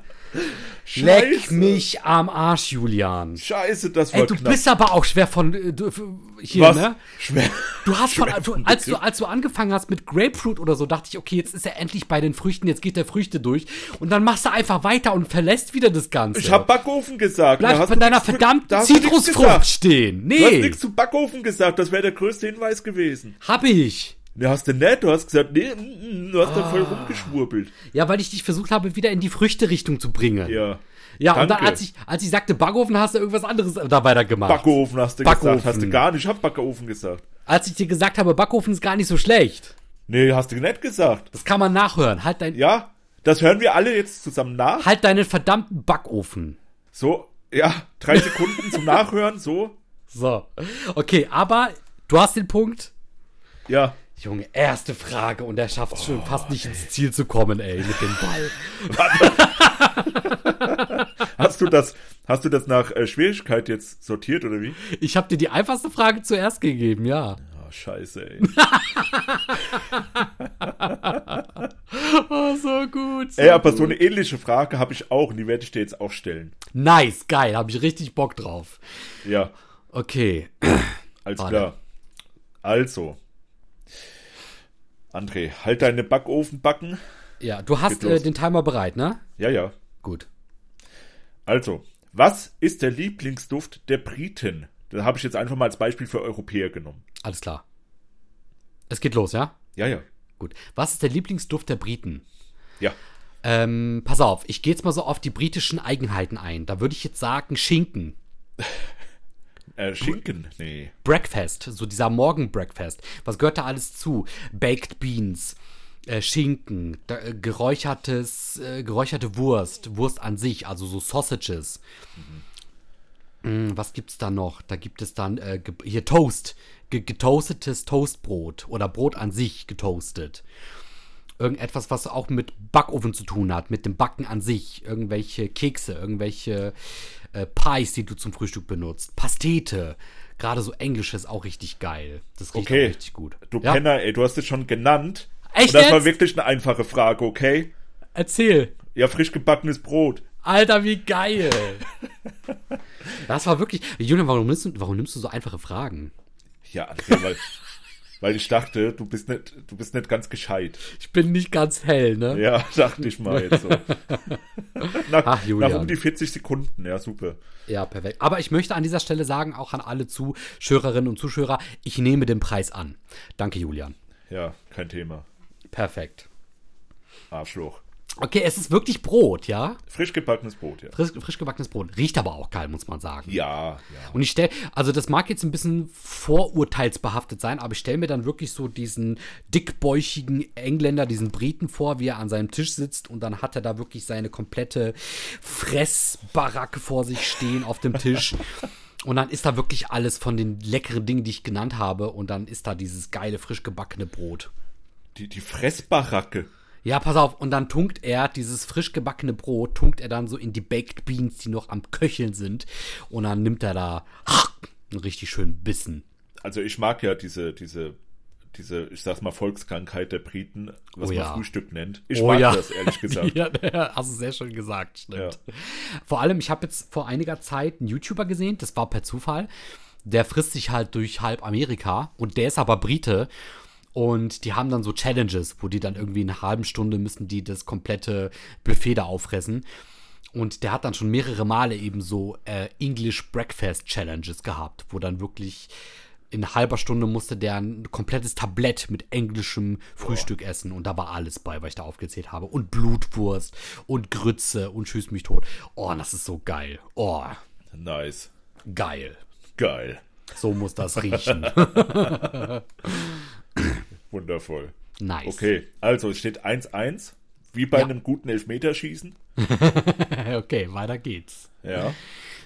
Leck
Scheiße.
mich am Arsch, Julian.
Scheiße, das war
Ey, du
knapp.
bist aber auch schwer von äh, du, f- hier,
Was?
ne?
Schwer.
Du hast von, du, als, du, als du angefangen hast mit Grapefruit oder so, dachte ich, okay, jetzt ist er endlich bei den Früchten, jetzt geht der Früchte durch. Und dann machst du einfach weiter und verlässt wieder das Ganze.
Ich hab Backofen gesagt. Da
Bleib
hast
bei
du
deiner
nichts zu- da
verdammten
hast du nichts
Zitrusfrucht
gesagt.
stehen.
Du hast
Nee,
nichts zu Backofen gesagt, das wäre der größte Hinweis gewesen.
hab ich.
Ne, hast du nicht, du hast gesagt, nee, mm, mm, du hast da
Ah.
voll rumgeschwurbelt.
Ja, weil ich dich versucht habe, wieder in die Früchte-Richtung zu bringen.
Ja.
Ja, und
Danke.
dann, als ich, als ich sagte Backofen, hast du irgendwas anderes da weitergemacht.
Backofen hast du
Backofen.
gesagt, hast du gar nicht, ich hab Backofen gesagt.
als ich dir gesagt habe, Backofen ist gar nicht so schlecht.
Nee, hast du nicht gesagt.
Das kann man nachhören. Halt, dein,
Ja, das hören wir alle jetzt zusammen nach.
halt deinen verdammten Backofen.
So, ja, drei Sekunden zum Nachhören, so.
So. Okay, aber du hast den Punkt.
Ja.
Junge, erste Frage und er schafft es schon fast nicht ins Ziel zu kommen, ey, mit dem Ball.
Hast du das, hast du das nach äh, Schwierigkeit jetzt sortiert oder wie?
Ich habe dir die einfachste Frage zuerst gegeben, ja.
Oh, scheiße, ey.
Oh, so gut.
ey, aber so eine ähnliche Frage habe ich auch und die werde ich dir jetzt auch stellen.
Nice, geil, habe ich richtig Bock drauf.
Ja,
Okay.
alles
Warte.
klar. Also. André, halt deine Backofenbacken.
Ja, du hast
Geht los.
äh, den Timer bereit, ne?
Ja, ja.
Gut.
Also, was ist der Lieblingsduft der Briten? Da habe ich jetzt einfach mal als Beispiel für Europäer genommen.
Alles klar. Es geht los, ja?
Ja, ja.
Gut. Was ist der Lieblingsduft der Briten?
Ja.
Ähm, pass auf, ich gehe jetzt mal so auf die britischen Eigenheiten ein. Da würde ich jetzt sagen Schinken.
Äh, Schinken? Nee.
Breakfast, so dieser Morgen-Breakfast. Was gehört da alles zu? Baked Beans, äh, Schinken, da, äh, geräuchertes, äh, geräucherte Wurst, Wurst an sich, also so Sausages. Mm, was gibt's da noch? Da gibt es dann äh, ge- hier Toast, ge getoastetes Toastbrot oder Brot an sich getoastet. Irgendetwas, was auch mit Backofen zu tun hat, mit dem Backen an sich. Irgendwelche Kekse, irgendwelche äh, Pies, die du zum Frühstück benutzt. Pastete. Gerade so Englisch ist auch richtig geil. Das riecht
Okay.
auch richtig gut.
Du
Ja,
Penner, ey, du hast es schon genannt.
Echt
Und das war
jetzt?
wirklich eine einfache Frage, okay?
Erzähl.
Ja, frisch gebackenes Brot.
Alter, wie geil. das war wirklich. Julian, warum nimmst, du, warum nimmst du so einfache Fragen?
Ja, André, weil Weil ich dachte, du bist nicht, du bist nicht ganz gescheit.
Ich bin nicht ganz hell, ne?
Ja, dachte ich mal jetzt so. nach, Ach, Julian. Nach um die 40 Sekunden, ja, super.
Ja, perfekt. Aber ich möchte an dieser Stelle sagen, auch an alle Zuschauerinnen und Zuschauer, ich nehme den Preis an. Danke, Julian.
Ja, kein Thema.
Perfekt.
Arschloch.
Okay, es ist wirklich Brot, ja?
Frisch gebackenes Brot, ja.
Frisch, frisch gebackenes Brot. Riecht aber auch geil, muss man sagen.
Ja,
ja. Und ich stelle, also das mag jetzt ein bisschen vorurteilsbehaftet sein, aber ich stelle mir dann wirklich so diesen dickbäuchigen Engländer, diesen Briten vor, wie er an seinem Tisch sitzt und dann hat er da wirklich seine komplette Fressbaracke vor sich stehen auf dem Tisch. Und dann ist da wirklich alles von den leckeren Dingen, die ich genannt habe. Und dann ist da dieses geile, frisch gebackene Brot.
Die, die Fressbaracke.
Ja, pass auf. Und dann tunkt er dieses frisch gebackene Brot, tunkt er dann so in die Baked Beans, die noch am Köcheln sind. Und dann nimmt er da einen richtig schönen Bissen.
Also ich mag ja diese, diese, diese, ich sag's mal, Volkskrankheit der Briten, was
Oh ja.
man Frühstück nennt. Ich
Oh
mag
ja.
das, ehrlich gesagt.
Ja, hast du sehr schön gesagt, stimmt. Vor allem, ich habe jetzt vor einiger Zeit einen YouTuber gesehen, das war per Zufall. Der frisst sich halt durch halb Amerika und der ist aber Brite. Und die haben dann so Challenges, wo die dann irgendwie in einer halben Stunde müssen die das komplette Buffet da auffressen. Und der hat dann schon mehrere Male eben so äh, English Breakfast Challenges gehabt, wo dann wirklich in halber Stunde musste der ein komplettes Tablett mit englischem Frühstück essen. Und da war alles bei, was ich da aufgezählt habe. Und Blutwurst und Grütze und Schieß mich tot. Oh, das ist so geil. Oh,
Nice.
geil.
Geil.
So muss das riechen.
Wundervoll.
nice.
Okay, also es steht 1-1, wie bei
Ja.
einem guten Elfmeterschießen.
okay, weiter geht's.
Ja.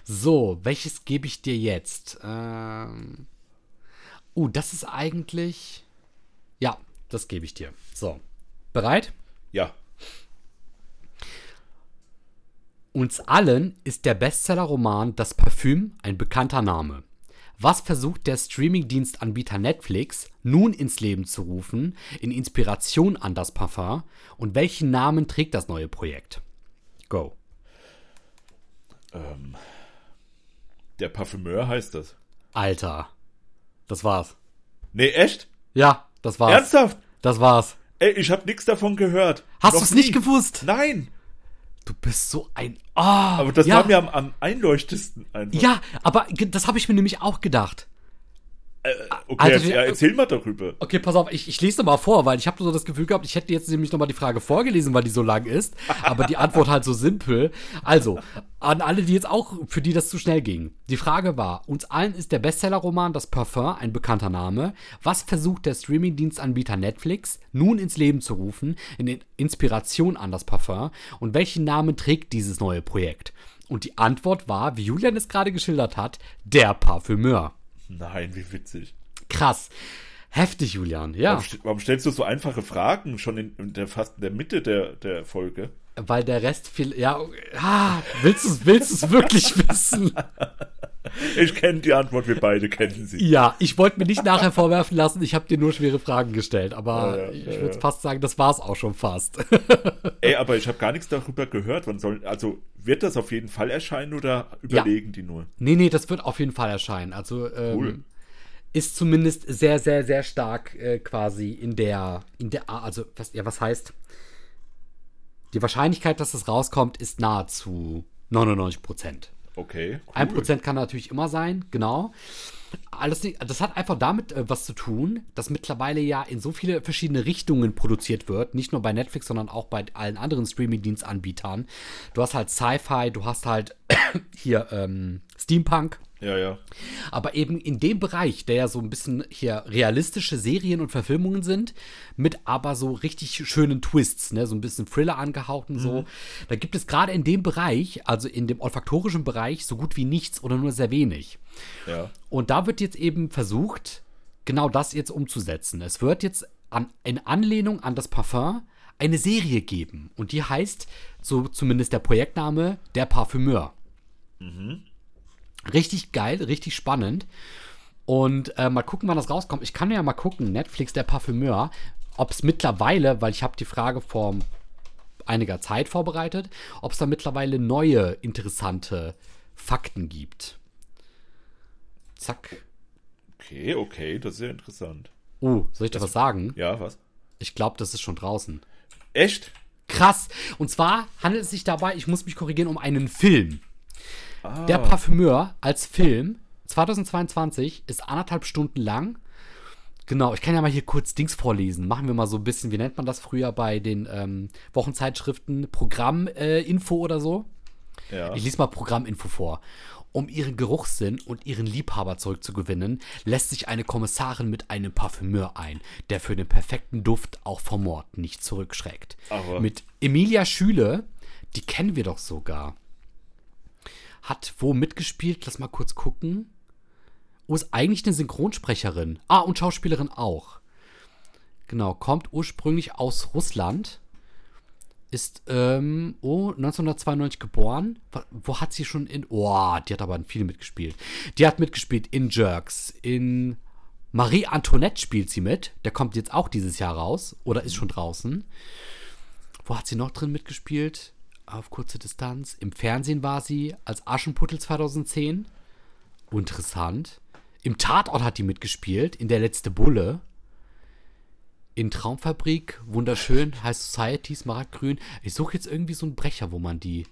So, welches gebe ich dir jetzt? Ähm. Uh, das ist eigentlich. Ja, das gebe ich dir. So. Bereit?
Ja.
Uns allen ist der Bestsellerroman Das Parfüm ein bekannter Name. Was versucht der Streamingdienstanbieter Netflix nun ins Leben zu rufen, in Inspiration an das Parfum und welchen Namen trägt das neue Projekt? Go.
Ähm, der Parfümeur heißt das.
Alter. Das war's.
Nee, echt?
Ja, das war's.
Ernsthaft?
Das war's.
Ey, ich habe nichts davon gehört.
Hast
Noch
du es nicht
nie.
gewusst?
Nein,
Du bist so ein. Ah,
aber das
ja,
war mir am, am einleuchtesten einfach.
Ja, aber ge- das habe ich mir nämlich auch gedacht.
Äh, Okay,
Alter,
jetzt- ja,
also wir-
erzähl mal darüber.
Okay, pass auf, ich, ich lese nochmal vor, weil ich habe so das Gefühl gehabt, ich hätte jetzt nämlich nochmal die Frage vorgelesen, weil die so lang ist, aber die Antwort halt so simpel. Also, an alle, die jetzt auch, für die das zu schnell ging. Die Frage war, uns allen ist der Bestsellerroman Das Parfum ein bekannter Name. Was versucht der Streamingdienstanbieter Netflix nun ins Leben zu rufen, in Inspiration an das Parfum? Und welchen Namen trägt dieses neue Projekt? Und die Antwort war, wie Julian es gerade geschildert hat, der Parfümeur.
Nein, wie witzig.
Krass. Heftig, Julian, ja.
Warum, st- warum stellst du so einfache Fragen schon in, in der fast in der Mitte der, der Folge?
Weil der Rest viel. Ja, ah, willst du es willst du's wirklich wissen?
Ich kenne die Antwort, wir beide kennen sie.
Ja, ich wollte mir nicht nachher vorwerfen lassen, ich habe dir nur schwere Fragen gestellt, aber
Ja, ja,
ich
ja,
würde fast sagen, das war es auch schon fast.
Ey, aber ich habe gar nichts darüber gehört. Wann sollen, also wird das auf jeden Fall erscheinen oder überlegen die nur?
nee, nee, das wird auf jeden Fall erscheinen. Also ähm,
Cool.
ist zumindest sehr, sehr, sehr stark äh, quasi in der, in der, A- also was, ja, was heißt, die Wahrscheinlichkeit, dass es rauskommt, ist nahezu 99 Prozent.
Okay, cool.
Ein Prozent kann natürlich immer sein, genau. Alles nicht, das hat einfach damit äh, was zu tun, dass mittlerweile ja in so viele verschiedene Richtungen produziert wird, nicht nur bei Netflix, sondern auch bei allen anderen Streamingdienstanbietern. Du hast halt Sci-Fi, du hast halt hier ähm, Steampunk,
Ja, ja.
aber eben in dem Bereich, der ja so ein bisschen hier realistische Serien und Verfilmungen sind, mit aber so richtig schönen Twists, ne, so ein bisschen Thriller angehaucht und so. Da gibt es gerade in dem Bereich, also in dem olfaktorischen Bereich, so gut wie nichts oder nur sehr wenig.
Ja.
Und da wird jetzt eben versucht, genau das jetzt umzusetzen. Es wird jetzt an, in Anlehnung an das Parfum eine Serie geben. Und die heißt, so zumindest der Projektname, Der Parfümeur. Richtig geil, richtig spannend. Und äh, mal gucken, wann das rauskommt. Ich kann ja mal gucken, Netflix, Der Parfümeur, ob es mittlerweile, weil ich habe die Frage vor einiger Zeit vorbereitet, ob es da mittlerweile neue interessante Fakten gibt. Zack.
Okay, okay, das ist ja interessant.
Oh, soll ich dir was sagen?
Ja, was?
Ich glaube, das ist schon draußen.
Echt?
Krass. Und zwar handelt es sich dabei, ich muss mich korrigieren, um einen Film.
Ah.
Der Parfümeur als Film 2022 ist anderthalb Stunden lang. Genau, ich kann ja mal hier kurz Dings vorlesen. Machen wir mal so ein bisschen, wie nennt man das früher bei den ähm, Wochenzeitschriften? Programminfo äh, Info oder so?
Ja.
Ich lese mal Programminfo vor. Um ihren Geruchssinn und ihren Liebhaber zurückzugewinnen, lässt sich eine Kommissarin mit einem Parfümeur ein, der für den perfekten Duft auch vom Mord nicht zurückschreckt.
Aber-
Mit Emilia Schüle, die kennen wir doch sogar. Hat wo mitgespielt? Lass mal kurz gucken. Oh, ist eigentlich eine Synchronsprecherin. Ah, und Schauspielerin auch. Genau, kommt ursprünglich aus Russland. Ist, ähm, oh, 1992 geboren. Wa- Wo hat sie schon in. Oh, die hat aber in viel mitgespielt. Die hat mitgespielt in Jerks, in. Marie Antoinette spielt sie mit. Der kommt jetzt auch dieses Jahr raus. Oder ist schon draußen. Wo hat sie noch drin mitgespielt? Auf kurze Distanz. Im Fernsehen war sie als Aschenputtel 2010. Interessant. Im Tatort hat die mitgespielt, in Der letzte Bulle. In Traumfabrik, wunderschön, High Society, Smaragdgrün. Ich suche jetzt irgendwie so einen Brecher, wo man die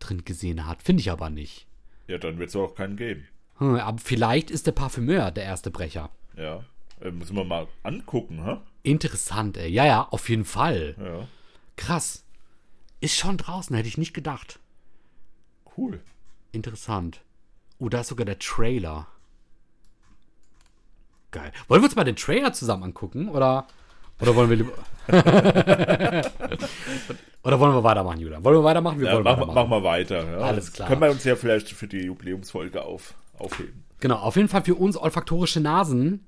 drin gesehen hat. Finde ich aber nicht.
Ja, dann wird es auch keinen geben.
Hm, aber vielleicht ist der Parfümeur der erste Brecher.
Ja. Äh, müssen wir mal angucken, hä?
Interessant, ey. Ja, ja, auf jeden Fall.
Ja.
Krass. Ist schon draußen, hätte ich nicht gedacht.
Cool.
Interessant. Oh, da ist sogar der Trailer. Geil. Wollen wir uns mal den Trailer zusammen angucken? Oder, oder wollen wir lieber. oder wollen wir weitermachen, Julian? Wollen wir weitermachen? Wir
Ja,
wollen
mach,
weitermachen.
mach mal weiter. Ja.
Alles
Das
klar.
Können wir uns ja vielleicht für die Jubiläumsfolge auf, aufheben.
Genau, auf jeden Fall für uns olfaktorische Nasen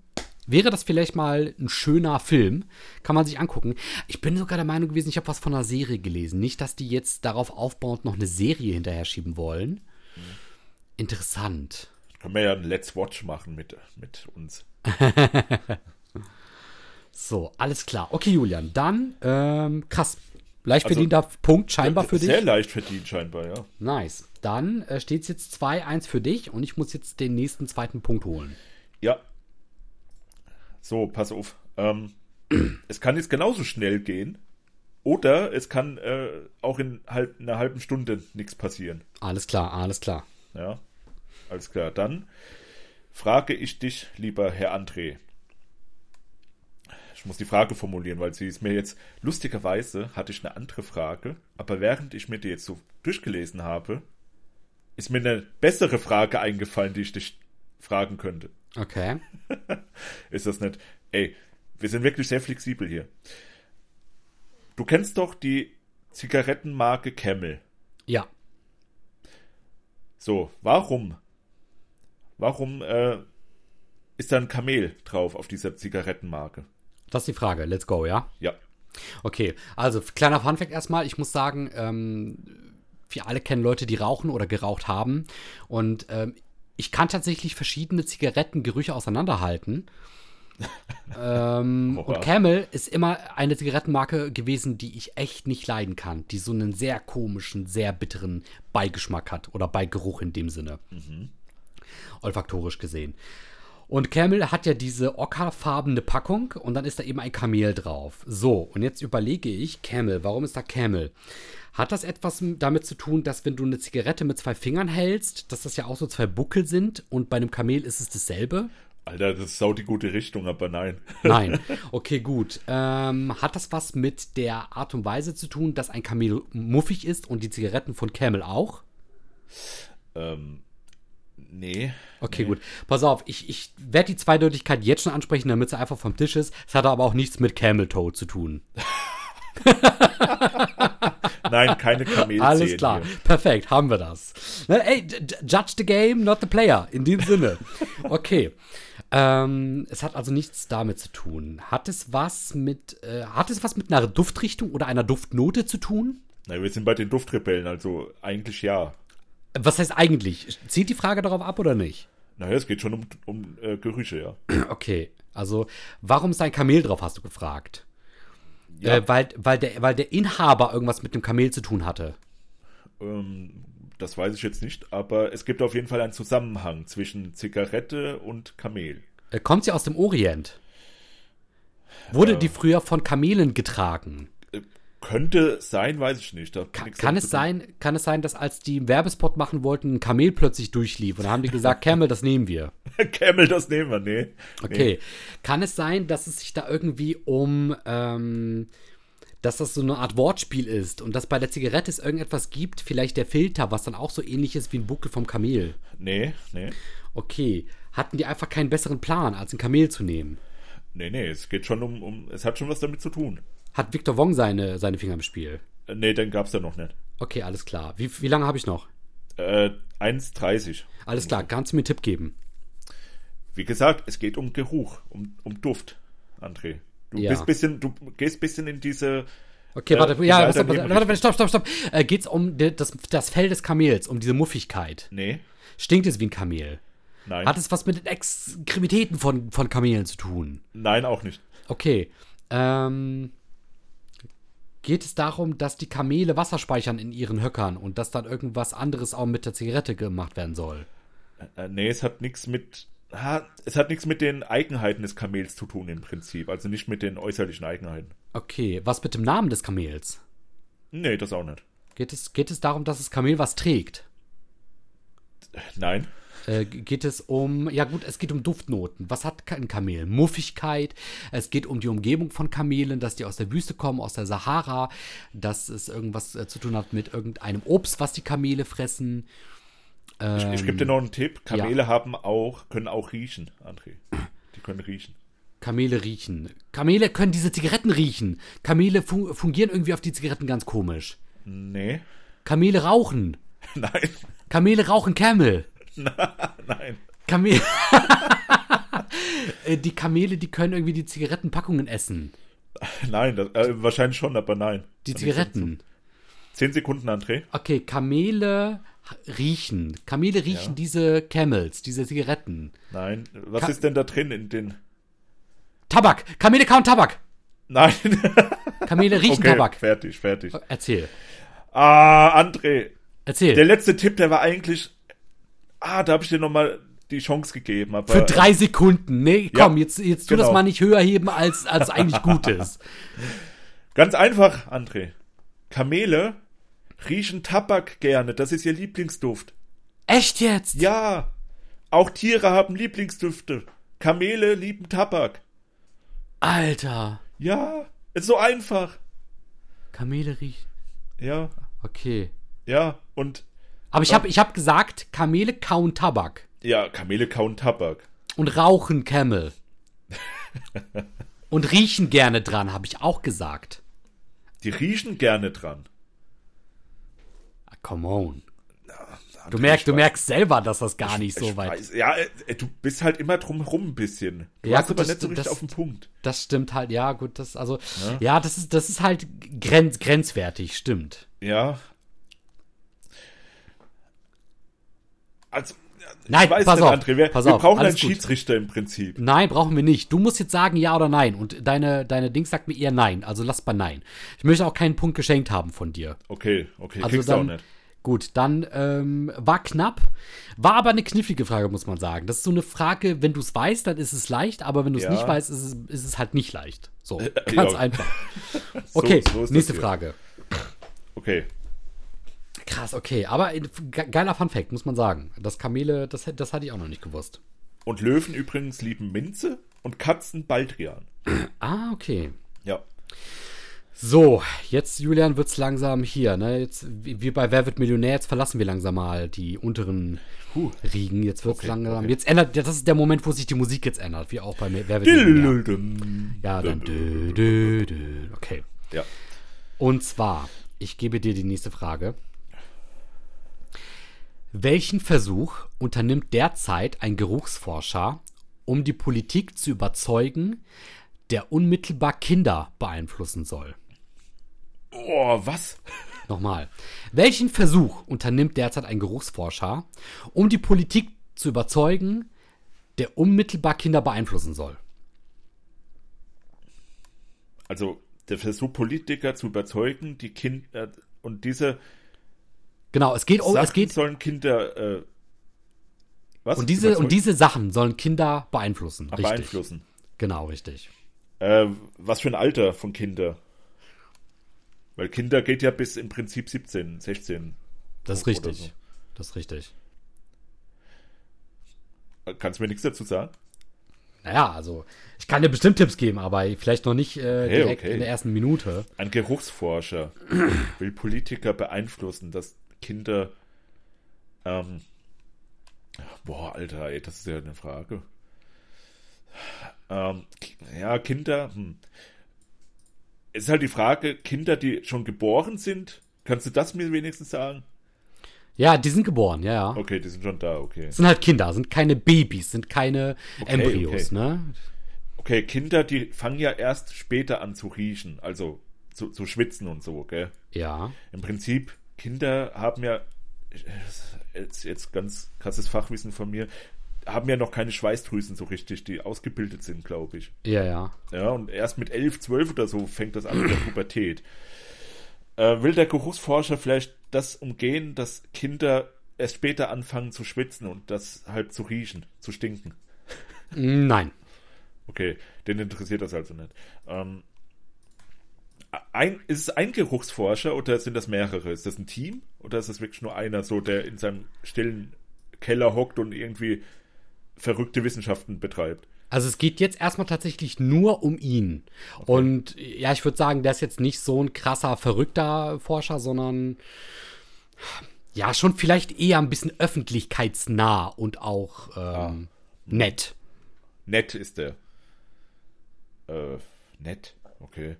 wäre das vielleicht mal ein schöner Film. Kann man sich angucken. Ich bin sogar der Meinung gewesen, ich habe was von einer Serie gelesen. Nicht, dass die jetzt darauf aufbauend noch eine Serie hinterher schieben wollen. Interessant.
Können wir ja ein Let's Watch machen mit, mit uns.
So, alles klar. Okay, Julian, dann ähm, krass. Leicht verdienter Punkt scheinbar für dich.
Sehr leicht verdient scheinbar, ja.
Nice. Dann äh, steht es jetzt 2-1 für dich und ich muss jetzt den nächsten zweiten Punkt holen.
Ja. So, pass auf. Ähm, es kann jetzt genauso schnell gehen. Oder es kann äh, auch in halb, einer halben Stunde nichts passieren.
Alles klar, alles klar.
Ja. Alles klar. Dann frage ich dich, lieber Herr André. Ich muss die Frage formulieren, weil sie ist mir jetzt lustigerweise hatte ich eine andere Frage, aber während ich mir die jetzt so durchgelesen habe, ist mir eine bessere Frage eingefallen, die ich dich fragen könnte.
Okay.
Ist das nicht? Ey, wir sind wirklich sehr flexibel hier. Du kennst doch die Zigarettenmarke Camel.
Ja.
So, warum? Warum äh, ist da ein Kamel drauf auf dieser Zigarettenmarke?
Das ist die Frage. Let's go, ja?
Ja.
Okay, also kleiner Funfact erstmal. Ich muss sagen, ähm, wir alle kennen Leute, die rauchen oder geraucht haben. Und ähm, ich kann tatsächlich verschiedene Zigarettengerüche auseinanderhalten. ähm,
Oha.
und Camel ist immer eine Zigarettenmarke gewesen, die ich echt nicht leiden kann, die so einen sehr komischen, sehr bitteren Beigeschmack hat oder Beigeruch in dem Sinne. Olfaktorisch gesehen. Und Camel hat ja diese ockerfarbene Packung und dann ist da eben ein Kamel drauf. So, und jetzt überlege ich, Camel, warum ist da Camel? Hat das etwas m- damit zu tun, dass wenn du eine Zigarette mit zwei Fingern hältst, dass das ja auch so zwei Buckel sind und bei einem Kamel ist es dasselbe?
Alter, das ist sau die gute Richtung, aber nein.
Nein. Okay, gut. Ähm, hat das was mit der Art und Weise zu tun, dass ein Kamel muffig ist und die Zigaretten von Camel auch?
ähm, nee.
Okay, gut. Pass auf, ich, ich werde die Zweideutigkeit jetzt schon ansprechen, damit sie einfach vom Tisch ist. Es hat aber auch nichts mit Camel Toe zu tun.
Nein, keine Kamelzähne.
Alles klar,
hier.
perfekt, haben wir das. Na, ey, d- d- judge the game, not the player, in dem Sinne. Okay. ähm, es hat also nichts damit zu tun. Hat es was mit, äh, hat es was mit einer Duftrichtung oder einer Duftnote zu tun?
Na, wir sind bei den Duftrebellen, also eigentlich ja.
Äh, Was heißt eigentlich? Zielt die Frage darauf ab oder nicht?
Naja, es geht schon um, um äh, Gerüche, ja.
Okay, also warum ist da ein Kamel drauf, hast du gefragt?
Ja.
Äh, weil, weil, der, weil der Inhaber irgendwas mit dem Kamel zu tun hatte.
Ähm, das weiß ich jetzt nicht, aber es gibt auf jeden Fall einen Zusammenhang zwischen Zigarette und Kamel.
Äh, kommt sie aus dem Orient? Wurde die früher von Kamelen getragen?
Könnte sein, weiß ich nicht. Da bin
Kann,
ich
kann,
so-
es sein, kann es sein, dass als die einen Werbespot machen wollten, ein Kamel plötzlich durchlief und dann haben die gesagt, Camel, das nehmen wir.
Camel, das nehmen wir, nee. Nee.
Okay. Kann es sein, dass es sich da irgendwie um, ähm, dass das so eine Art Wortspiel ist und dass bei der Zigarette es irgendetwas gibt, vielleicht der Filter, was dann auch so ähnlich ist wie ein Buckel vom Kamel?
Nee, nee.
Okay. Hatten die einfach keinen besseren Plan, als ein Kamel zu nehmen?
Nee, nee, es geht schon um, um es hat schon was damit zu tun.
Hat Victor Wong seine, seine Finger im Spiel?
Äh, Nee, den gab's ja noch nicht.
Okay, alles klar. Wie, wie lange habe ich noch?
Äh, 1,30.
Alles klar, kannst du mir einen Tipp geben?
Wie gesagt, es geht um Geruch, um, um Duft, André. Du
Ja.
bist bisschen, du gehst bisschen in diese,
Okay,
Äh,
warte,
ich
ja,
leite
warte,
daneben
warte, warte, stopp, stopp, stopp. Äh, geht's um de, das, das Fell des Kamels, um diese Muffigkeit?
nee,
Stinkt es wie ein Kamel?
nein,
Hat es was mit den Extremitäten von, von Kamelen zu tun?
nein auch nicht.
Okay. Ähm, geht es darum, dass die Kamele Wasser speichern in ihren Höckern und dass dann irgendwas anderes auch mit der Zigarette gemacht werden soll?
Äh, nee, es hat nichts mit, ha, es hat nichts mit den Eigenheiten des Kamels zu tun im Prinzip, also nicht mit den äußerlichen Eigenheiten.
Okay, was mit dem Namen des Kamels?
Nee, das auch nicht.
Geht es, geht es darum, dass das Kamel was trägt?
Nein,
Äh, geht es um, ja gut, es geht um Duftnoten. Was hat ein Kamel? Muffigkeit. Es geht um die Umgebung von Kamelen, dass die aus der Wüste kommen, aus der Sahara, dass es irgendwas äh, zu tun hat mit irgendeinem Obst, was die Kamele fressen.
ich, ich gebe dir
Ähm,
noch einen Tipp. Kamele haben auch, können auch riechen, André. Die können riechen.
Kamele riechen. Kamele können diese Zigaretten riechen. Kamele fun fungieren irgendwie auf die Zigaretten ganz komisch.
Nee,
Kamele rauchen.
nein,
Kamele rauchen Camel.
nein.
Kamele. Äh, die Kamele, die können irgendwie die Zigarettenpackungen essen.
Nein, das, äh, wahrscheinlich schon, aber nein.
Die Zigaretten.
Zehn Sekunden, André.
Okay, Kamele riechen. Kamele riechen diese Camels, diese Zigaretten.
Nein. Was
Ka-
ist denn da drin in den.
Tabak! Kamele kauen Tabak!
Nein.
Kamele riechen
okay,
Tabak. Äh.
fertig, fertig.
Erzähl.
Ah, André.
Erzähl.
Der letzte Tipp, der war eigentlich. Ah, da habe ich dir nochmal die Chance gegeben. Aber,
Für drei Sekunden. Nee,
Ja,
komm, jetzt, jetzt tu das
genau.
mal nicht höher heben, als, als eigentlich gut ist.
Ganz einfach, André. Kamele riechen Tabak gerne. Das ist ihr Lieblingsduft.
Echt jetzt?
Ja. Auch Tiere haben Lieblingsdüfte. Kamele lieben Tabak.
Alter.
Ja. Ist so einfach.
Kamele riechen.
Ja.
Okay.
Ja. Und.
Aber ich habe ich hab gesagt, Kamele kauen Tabak
Ja, Kamele kauen Tabak.
und rauchen Camel. und riechen gerne dran, habe ich auch gesagt.
Die riechen gerne dran.
Ah, Come on. Du merkst, du merkst selber, dass das gar nicht so
Ich
weit
weiß, ja, äh, du bist halt immer drumherum ein bisschen. Du
Ja,
warst
gut,
aber
das-
nicht so richtig
das-
auf den Punkt.
Das stimmt halt, ja, gut, das, also, ja, das ist, das ist halt grenz, grenzwertig, stimmt.
Ja. Also,
Nein, pass auf,
André, wir,
pass
wir
auf,
brauchen
alles
einen
gut.
Schiedsrichter im Prinzip.
Nein, brauchen wir nicht. Du musst jetzt sagen ja oder nein. Und deine, deine Dings sagt mir eher nein. Also lass bei nein. Ich möchte auch keinen Punkt geschenkt haben von dir.
Okay, okay,
Also
kriegst du auch
dann,
nicht.
gut, dann ähm, war knapp. War aber eine knifflige Frage, muss man sagen. Das ist so eine Frage, wenn du es weißt, dann ist es leicht. Aber wenn du es
Ja.
nicht weißt, ist es, ist es halt nicht leicht. So,
ja. genau.
ganz einfach. Okay,
so ist das
nächste
hier.
Frage.
Okay.
Krass, okay. Aber in- ge- geiler Funfact, muss man sagen. Das Kamele, das, hätt- das hatte ich auch noch nicht gewusst.
Und Löwen übrigens lieben Minze und Katzen Baldrian.
Ah, okay.
Ja.
So, jetzt, Julian, wird's langsam hier. Ne? Jetzt, wie wie bei Wer wird Millionär, jetzt verlassen wir langsam mal die unteren Riegen. Jetzt wird's langsam. Jetzt ändert, das ist der Moment, wo sich die Musik jetzt ändert, wie auch bei Wer wird Millionär. Ja, dann. Dö, dö, dö. Okay.
Ja.
Und zwar, ich gebe dir die nächste Frage. Welchen Versuch unternimmt derzeit ein Geruchsforscher, um die Politik zu überzeugen, der unmittelbar Kinder beeinflussen soll?
Oh, was?
Nochmal. Welchen Versuch unternimmt derzeit ein Geruchsforscher, um die Politik zu überzeugen, der unmittelbar Kinder beeinflussen soll?
Also, der Versuch, Politiker zu überzeugen, die Kinder und diese
Genau, es geht um,
Sachen
es geht,
sollen Kinder. Äh, was?
und diese,
Überzeugen? Ah,
um und diese Sachen sollen Kinder beeinflussen. Richtig.
beeinflussen.
Genau, richtig.
Äh, was für ein Alter von Kinder? Weil Kinder geht ja bis im Prinzip 17, 16.
Das ist richtig. So. Das ist richtig.
Kannst du mir nichts dazu sagen?
Naja, also ich kann dir bestimmt Tipps geben, aber vielleicht noch nicht äh,
Hey,
direkt
okay.
in der ersten Minute.
Ein Geruchsforscher will Politiker beeinflussen, dass Kinder. Ähm, boah, Alter, ey, das ist ja eine Frage. Ähm, Ki- ja, Kinder. Hm. Es ist halt die Frage, Kinder, die schon geboren sind, kannst du das mir wenigstens sagen?
Ja, die sind geboren, ja, ja.
Okay, die sind schon da, okay.
Sind halt Kinder, sind keine Babys, sind keine Embryos,
okay.
ne?
Okay, Kinder, die fangen ja erst später an zu riechen, also zu, zu schwitzen und so, gell?
Ja.
Im Prinzip, Kinder haben ja, äh, jetzt, jetzt ganz krasses Fachwissen von mir, haben ja noch keine Schweißdrüsen so richtig, die ausgebildet sind, glaube ich.
Ja, ja.
Ja, und erst mit 11, 12 oder so fängt das an mit der Pubertät. Äh, will der Geruchsforscher vielleicht das umgehen, dass Kinder erst später anfangen zu schwitzen und das halt zu riechen, zu stinken?
Nein.
Okay, den interessiert das also nicht. Ähm, ein, ist es ein Geruchsforscher oder sind das mehrere? Ist das ein Team oder ist das wirklich nur einer, so der in seinem stillen Keller hockt und irgendwie verrückte Wissenschaften betreibt?
Also es geht jetzt erstmal tatsächlich nur um ihn. Und ja, ich würde sagen, der ist jetzt nicht so ein krasser, verrückter Forscher, sondern ja, schon vielleicht eher ein bisschen öffentlichkeitsnah und auch
Ah.
ähm, nett.
Nett ist der. Äh, nett? Okay.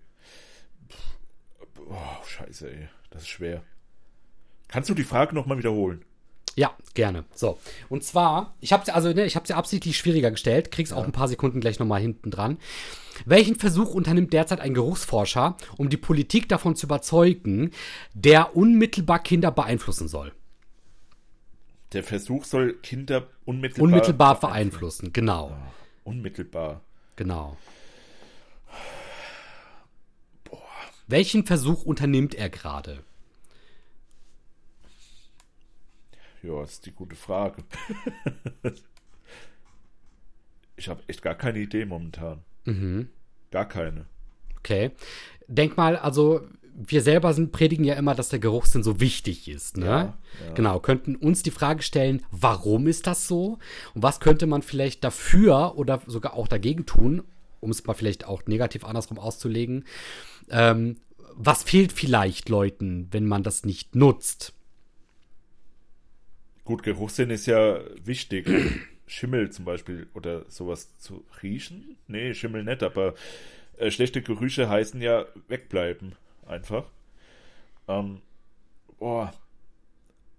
Pff, boah, scheiße, ey. Das ist schwer. Kannst du die Frage nochmal wiederholen?
Ja, gerne. So. Und zwar, ich habe also, ne, ich habe sie absichtlich schwieriger gestellt, krieg's auch ein paar Sekunden gleich nochmal hinten dran. Welchen Versuch unternimmt derzeit ein Geruchsforscher, um die Politik davon zu überzeugen, der unmittelbar Kinder beeinflussen soll?
Der Versuch soll Kinder unmittelbar.
Unmittelbar beeinflussen, genau.
Unmittelbar.
Genau. Welchen Versuch unternimmt er gerade?
Ja, das ist die gute Frage. ich habe echt gar keine Idee momentan. Gar keine.
Okay. Denk mal, also wir selber sind, predigen ja immer, dass der Geruchssinn so wichtig ist. Ne? Genau, könnten uns die Frage stellen, warum ist das so? Und was könnte man vielleicht dafür oder sogar auch dagegen tun, um es mal vielleicht auch negativ andersrum auszulegen? Ähm, was fehlt vielleicht Leuten, wenn man das nicht nutzt?
Gut, Geruchssinn ist ja wichtig. Schimmel zum Beispiel oder sowas zu riechen? Nee, Schimmel nicht, aber äh, schlechte Gerüche heißen ja wegbleiben. Einfach. Ähm, boah.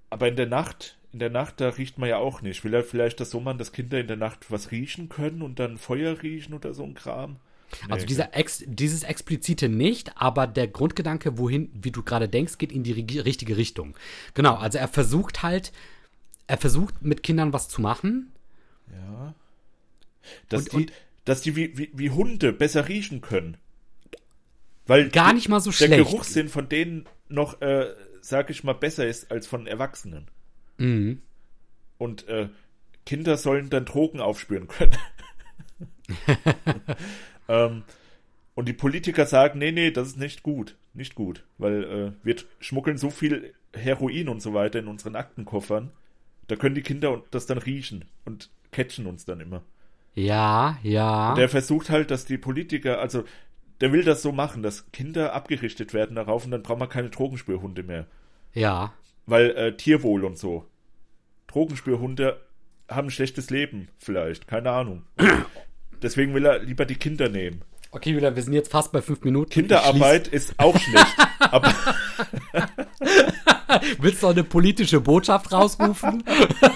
Aber in der Nacht, in der Nacht, da riecht man ja auch nicht. Will er vielleicht das so machen, dass Kinder in der Nacht was riechen können und dann Feuer riechen oder so ein Kram?
Also dieser ex, dieses explizite nicht, aber der Grundgedanke, wohin, wie du gerade denkst, geht in die ri- richtige Richtung. Genau, also er versucht halt, er versucht mit Kindern was zu machen.
Dass
Und-
die,
und-
dass die wie, wie, wie Hunde besser riechen können. Weil
Gar nicht mal so
der
schlecht.
Geruchssinn von denen noch, äh, sag ich mal, besser ist als von Erwachsenen.
Mhm.
Und äh, Kinder sollen dann Drogen aufspüren können. ähm, und die Politiker sagen, nee, nee, das ist nicht gut. Nicht gut. Weil äh, wir schmuggeln so viel Heroin und so weiter in unseren Aktenkoffern. Da können die Kinder das dann riechen und catchen uns dann immer.
Ja, ja.
Der versucht halt, dass die Politiker, also der will das so machen, dass Kinder abgerichtet werden darauf und dann braucht man keine Drogenspürhunde mehr.
ja.
Weil äh, Tierwohl und so. Drogenspürhunde haben ein schlechtes Leben, vielleicht, keine Ahnung. Deswegen will er lieber die Kinder nehmen.
Okay, Julia, wir sind jetzt fast bei fünf Minuten.
Kinderarbeit ist auch schlecht. Aber
Ich schließ- Willst du noch eine politische Botschaft rausrufen?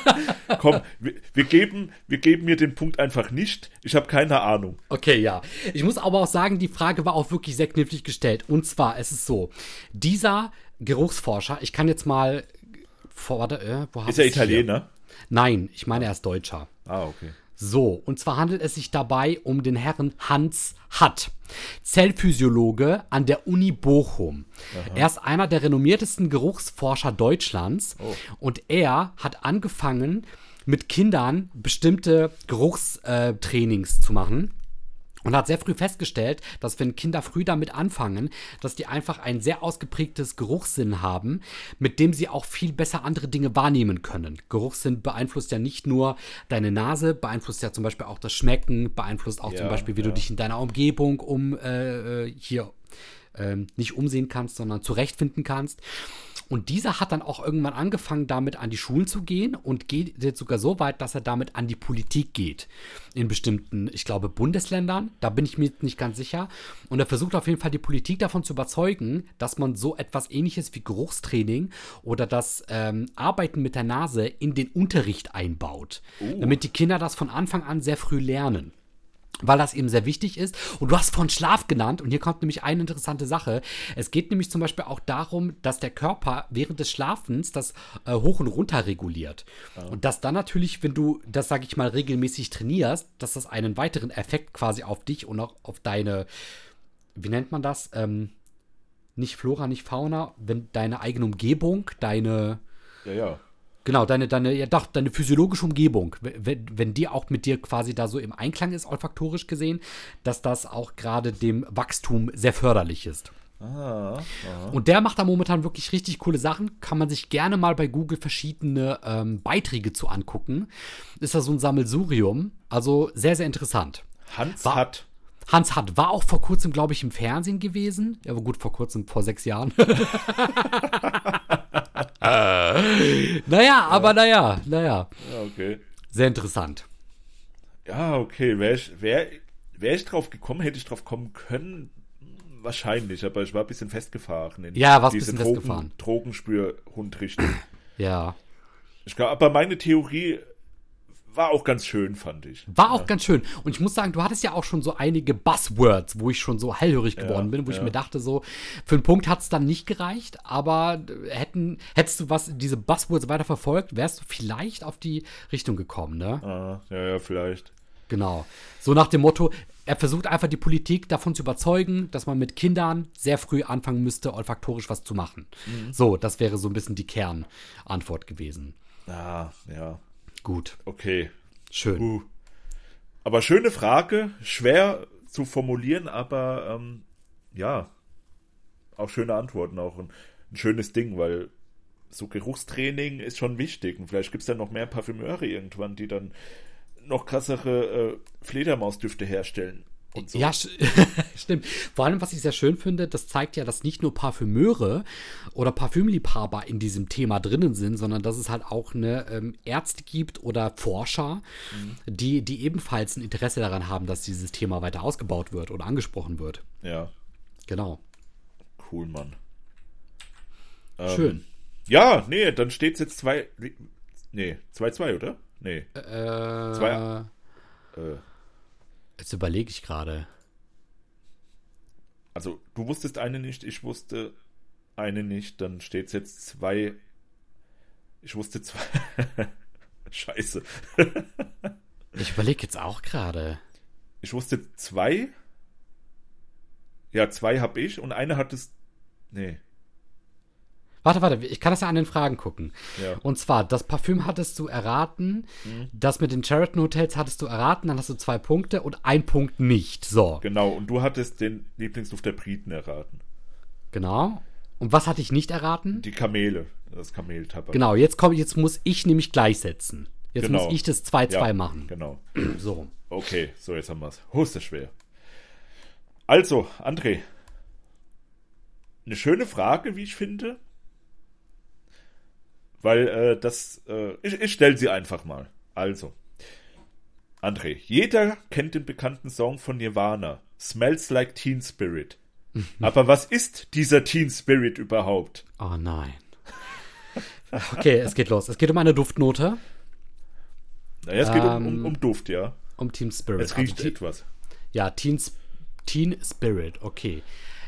komm, wir, wir, geben, wir geben mir den Punkt einfach nicht. Ich habe keine Ahnung.
Okay, ja. Ich muss aber auch sagen, die Frage war auch wirklich sehr knifflig gestellt. Und zwar, es ist so, dieser Geruchsforscher, ich kann jetzt mal, vor, warte, äh, wo hab
Ist er
ich's hier?
Italiener?
Nein, ich meine, er ist Deutscher.
Ah, okay.
So, und zwar handelt es sich dabei um den Herrn Hans Hatt, Zellphysiologe an der Uni Bochum. Er ist einer der renommiertesten Geruchsforscher Deutschlands und er hat angefangen, mit Kindern bestimmte Geruchstrainings zu äh, machen. Und hat sehr früh festgestellt, dass wenn Kinder früh damit anfangen, dass die einfach ein sehr ausgeprägtes Geruchssinn haben, mit dem sie auch viel besser andere Dinge wahrnehmen können. Geruchssinn beeinflusst ja nicht nur deine Nase, beeinflusst ja zum Beispiel auch das Schmecken, beeinflusst auch
Ja,
zum Beispiel, wie du
ja.
dich in deiner Umgebung um äh, äh, hier ähm, nicht umsehen kannst, sondern zurechtfinden kannst. Und dieser hat dann auch irgendwann angefangen, damit an die Schulen zu gehen und geht jetzt sogar so weit, dass er damit an die Politik geht. In bestimmten, ich glaube, Bundesländern. Da bin ich mir jetzt nicht ganz sicher. Und er versucht auf jeden Fall, die Politik davon zu überzeugen, dass man so etwas ähnliches wie Geruchstraining oder das ähm, Arbeiten mit der Nase in den Unterricht einbaut. Damit die Kinder das von Anfang an sehr früh lernen weil das eben sehr wichtig ist. Und du hast von Schlaf genannt und hier kommt nämlich eine interessante Sache. Es geht nämlich zum Beispiel auch darum, dass der Körper während des Schlafens das äh, hoch und runter reguliert. Und dass dann natürlich, wenn du das, sag ich mal, regelmäßig trainierst, dass das einen weiteren Effekt quasi auf dich und auch auf deine, wie nennt man das? Ähm, nicht Flora, nicht Fauna, wenn deine eigene Umgebung, deine
Ja, ja.
Genau, deine, deine, ja doch, deine physiologische Umgebung, w- wenn, wenn die auch mit dir quasi da so im Einklang ist, olfaktorisch gesehen, dass das auch gerade dem Wachstum sehr förderlich ist.
Ah,
Und der macht da momentan wirklich richtig coole Sachen. Kann man sich gerne mal bei Google verschiedene ähm, Beiträge zu angucken. Ist da so ein Sammelsurium. Also sehr, sehr interessant.
Hans
War-
hat.
Hans Hart war auch vor kurzem, glaube ich, im Fernsehen gewesen. Ja, aber gut, vor kurzem, vor sechs Jahren. naja, aber naja, naja.
Ja, okay.
Sehr interessant.
Ja, okay. Wäre ich, wär, wär ich drauf gekommen, hätte ich drauf kommen können. Wahrscheinlich, aber ich war ein bisschen festgefahren. In
Ja, warst ein
diese
bisschen
Drogen,
festgefahren.
Drogenspürhundrichtung.
Ja.
Ich glaub, aber meine Theorie war auch ganz schön, fand ich.
War auch ganz schön. Und ich muss sagen, du hattest ja auch schon so einige Buzzwords, wo ich schon so hellhörig geworden bin, wo ich
ja.
mir dachte, so, für einen Punkt hat es dann nicht gereicht, aber hätten, hättest du was, diese Buzzwords weiter verfolgt, wärst du vielleicht auf die Richtung gekommen, ne?
Ah, ja, ja, vielleicht.
Genau. So nach dem Motto, er versucht einfach die Politik davon zu überzeugen, dass man mit Kindern sehr früh anfangen müsste, olfaktorisch was zu machen.
Mhm.
So, das wäre so ein bisschen die Kernantwort gewesen.
Ah, ja.
Gut,
Okay.
schön.
Uh. Aber schöne Frage, schwer zu formulieren, aber ähm, ja, auch schöne Antworten, auch ein, ein schönes Ding, weil so Geruchstraining ist schon wichtig und vielleicht gibt es dann noch mehr Parfümeure irgendwann, die dann noch krassere äh, Fledermausdüfte herstellen. Und so.
Ja, sch- stimmt. Vor allem, was ich sehr schön finde, das zeigt ja, dass nicht nur Parfümeure oder Parfümliebhaber in diesem Thema drinnen sind, sondern dass es halt auch eine ähm, Ärzte gibt oder Forscher,
Mhm.
die, die ebenfalls ein Interesse daran haben, dass dieses Thema weiter ausgebaut wird oder angesprochen wird.
ja,
Genau.
cool, Mann. Ähm,
Schön.
Ja, nee, dann steht's jetzt zwei. Nee, 2-2, oder? Nee.
Äh,
Zwei- Äh,
Jetzt überlege ich gerade.
also, du wusstest eine nicht, ich wusste eine nicht, dann steht's jetzt zwei. Ich wusste zwei. Scheiße.
Ich überlege jetzt auch gerade.
Ich wusste zwei. Ja, zwei hab ich und eine hat es. Nee.
Warte, warte, ich kann das ja an den Fragen gucken.
Ja.
Und zwar, das Parfüm hattest du erraten,
Mhm.
das mit den Sheraton Hotels hattest du erraten, dann hast du zwei Punkte und ein Punkt nicht. So,
Genau, und du hattest den Lieblingsduft der Briten erraten.
genau. Und was hatte ich nicht erraten?
Die Kamele. Das Kameltabak.
Genau, jetzt komm, jetzt muss ich nämlich gleichsetzen. Jetzt
Genau.
muss ich das 2-2
Ja,
machen.
Genau.
So.
Okay, so jetzt haben wir's. Huh, ist das schwer. Also, André. Eine schöne Frage, wie ich finde. Weil äh, das. Äh, ich ich stelle sie einfach mal. Also. André, jeder kennt den bekannten Song von Nirvana. Smells like Teen Spirit. Aber was ist dieser Teen Spirit überhaupt?
Oh nein. Okay, es geht los. Es geht um eine Duftnote,
Naja, es geht um,
Ähm,
um, um Duft, ja.
um Team Spirit.
Es riecht
Also die-
etwas.
Ja, Teen, Sp- Teen Spirit, okay.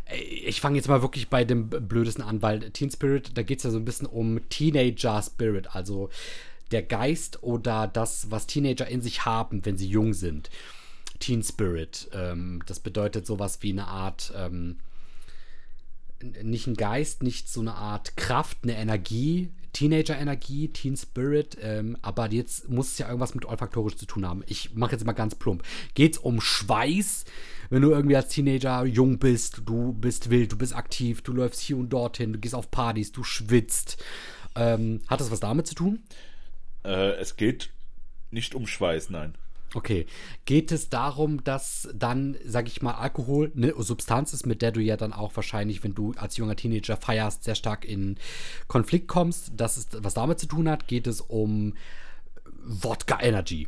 Äh, Ich fange jetzt mal wirklich bei dem b- Blödesten an, weil Teen Spirit, da geht es ja so ein bisschen um Teenager Spirit, also der Geist oder das, was Teenager in sich haben, wenn sie jung sind. Teen Spirit, ähm, das bedeutet sowas wie eine Art, ähm, n- nicht ein Geist, nicht so eine Art Kraft, eine Energie, Teenager-Energie, Teen Spirit, ähm, aber jetzt muss es ja irgendwas mit olfaktorisch zu tun haben. Ich mache jetzt mal ganz plump. Geht's um Schweiß? Wenn du irgendwie als Teenager jung bist, du bist wild, du bist aktiv, du läufst hier und dorthin, du gehst auf Partys, du schwitzt. Ähm, hat das was damit zu tun?
Äh, es geht nicht um Schweiß, nein.
Okay. Geht es darum, dass dann, sag ich mal, Alkohol eine Substanz ist, mit der du ja dann auch wahrscheinlich, wenn du als junger Teenager feierst, sehr stark in Konflikt kommst, dass es was damit zu tun hat? Geht es um Wodka Energy?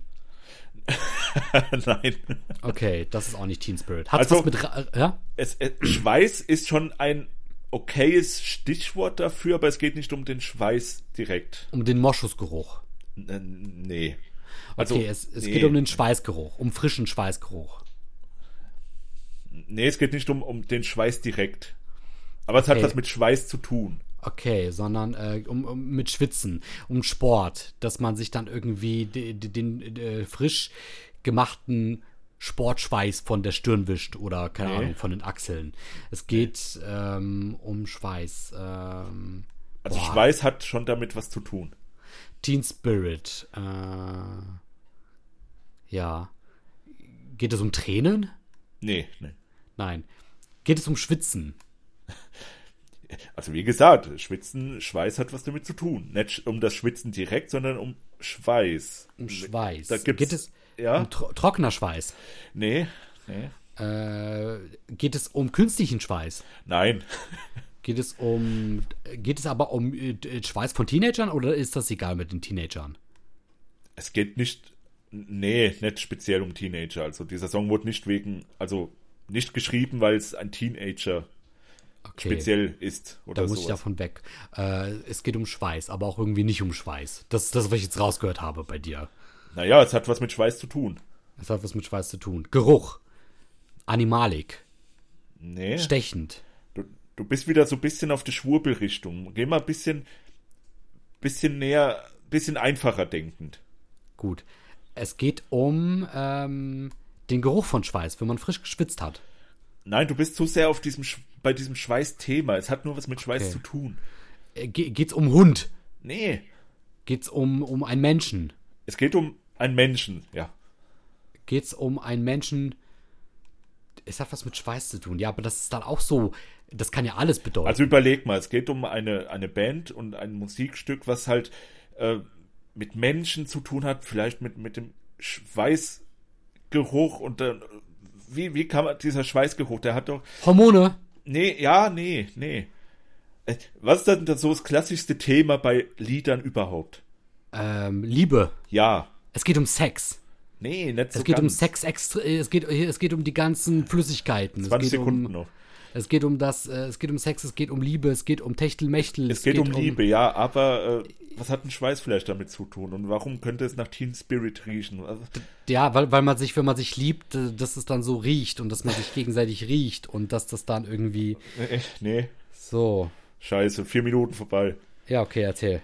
nein.
Okay, das ist auch nicht Teen Spirit. Hat
Also-
was mit. Ra- Ja?
Es, es, Schweiß ist schon ein okayes Stichwort dafür, aber es geht nicht um den Schweiß direkt.
Um den Moschusgeruch.
N nee. Also,
okay, es, es geht um den Schweißgeruch, um frischen Schweißgeruch.
Nee, es geht nicht um, um den Schweiß direkt. Aber es hat
Okay.
was mit Schweiß zu tun.
Okay, sondern äh, um, um, mit Schwitzen, um Sport, dass man sich dann irgendwie de- de- den, äh, frisch gemachten Sportschweiß von der Stirn wischt oder keine
Nee.
Ahnung, von den Achseln. Es geht ähm, um Schweiß. Ähm,
Also
boah,
Schweiß hat schon damit was zu tun.
Teen Spirit. Äh, ja. Geht es um Tränen?
Nee, nee.
Nein. Geht es um Schwitzen?
Also wie gesagt, Schwitzen, Schweiß hat was damit zu tun. Nicht sch- um das Schwitzen direkt, sondern um Schweiß.
Um Schweiß.
Da gibt's-
geht es
ja?
um tro trockener Schweiß?
Nee, nee.
Äh, geht es um künstlichen Schweiß?
Nein.
Geht es um. Geht es aber um äh, äh, Schweiß von Teenagern oder ist das egal mit den Teenagern?
Es geht nicht. Nee, nicht speziell um Teenager. Also dieser Song wurde nicht wegen, also nicht geschrieben, weil es ein Teenager
Okay.
speziell ist oder
da muss ich
sowas.
davon weg. Äh, es geht um Schweiß, aber auch irgendwie nicht um Schweiß. Das ist das, was ich jetzt rausgehört habe bei dir.
Naja, es hat was mit Schweiß zu tun.
Das hat was mit Schweiß zu tun. Geruch. Animalik.
Nee.
Stechend.
Du, du bist wieder so ein bisschen auf die Schwurbelrichtung. Geh mal ein bisschen, bisschen näher, bisschen einfacher denkend.
Gut. Es geht um ähm, den Geruch von Schweiß, wenn man frisch geschwitzt hat.
Nein, du bist zu sehr auf diesem, Sch- bei diesem Schweißthema. Es hat nur was mit Schweiß
Okay.
zu tun.
Äh, ge geht's um Hund?
Nee.
Geht's um, um einen Menschen?
Es geht um einen Menschen, ja.
geht es um einen Menschen. Es hat was mit Schweiß zu tun. Ja, aber das ist dann auch so. Das kann ja alles bedeuten.
Also überleg mal, es geht um eine, eine Band und ein Musikstück, was halt äh, mit Menschen zu tun hat, vielleicht mit, mit dem Schweißgeruch und dann, wie, wie kann man, dieser Schweißgeruch, der hat doch,
Hormone.
Nee, ja, nee, nee. Äh, Was ist denn das so das klassischste Thema bei Liedern überhaupt?
Ähm, Liebe.
Ja.
Es geht um Sex.
Nee, nicht so
Es geht um
ganz.
Sex extra. äh, Es geht, es geht um die ganzen Flüssigkeiten.
20
es geht
Sekunden
um,
noch.
Es geht um das. äh, Es geht um Sex. Es geht um Liebe. Es geht um Techtelmechtel.
Es geht, um Liebe, ja, aber äh, was hat ein Schweiß vielleicht damit zu tun? Und warum könnte es nach Teen Spirit riechen? Also,
Ja, weil, weil man sich, wenn man sich liebt, äh, dass es dann so riecht und dass man sich gegenseitig riecht und dass das dann irgendwie
äh, nee,
so.
scheiße, vier Minuten vorbei.
Ja, okay, erzähl.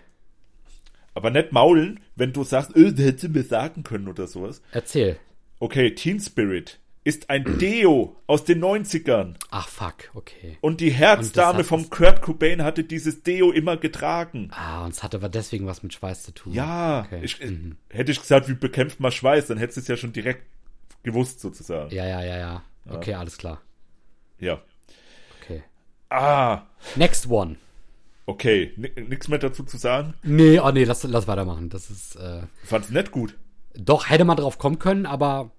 Aber nicht maulen, wenn du sagst, äh, das hätte mir sagen können oder sowas.
Erzähl.
Okay, Teen Spirit ist ein Deo aus den 90ern.
Ach, fuck, okay.
Und die Herzdame
hat
vom
es-
Kurt Cobain hatte dieses Deo immer getragen.
Ah, und es hat aber deswegen was mit Schweiß zu tun.
Ja,
Okay. Mhm.
ich, äh, hätte ich gesagt, wie bekämpft man Schweiß, dann hättest du es ja schon direkt gewusst, sozusagen.
Ja, ja, ja, ja. Okay, alles klar.
Ja.
Okay.
Ah,
Next one.
okay, Ni- nix mehr dazu zu sagen.
Nee, oh nee, lass, lass weitermachen. Das ist, äh,
Fand's nicht gut.
doch, hätte man drauf kommen können, aber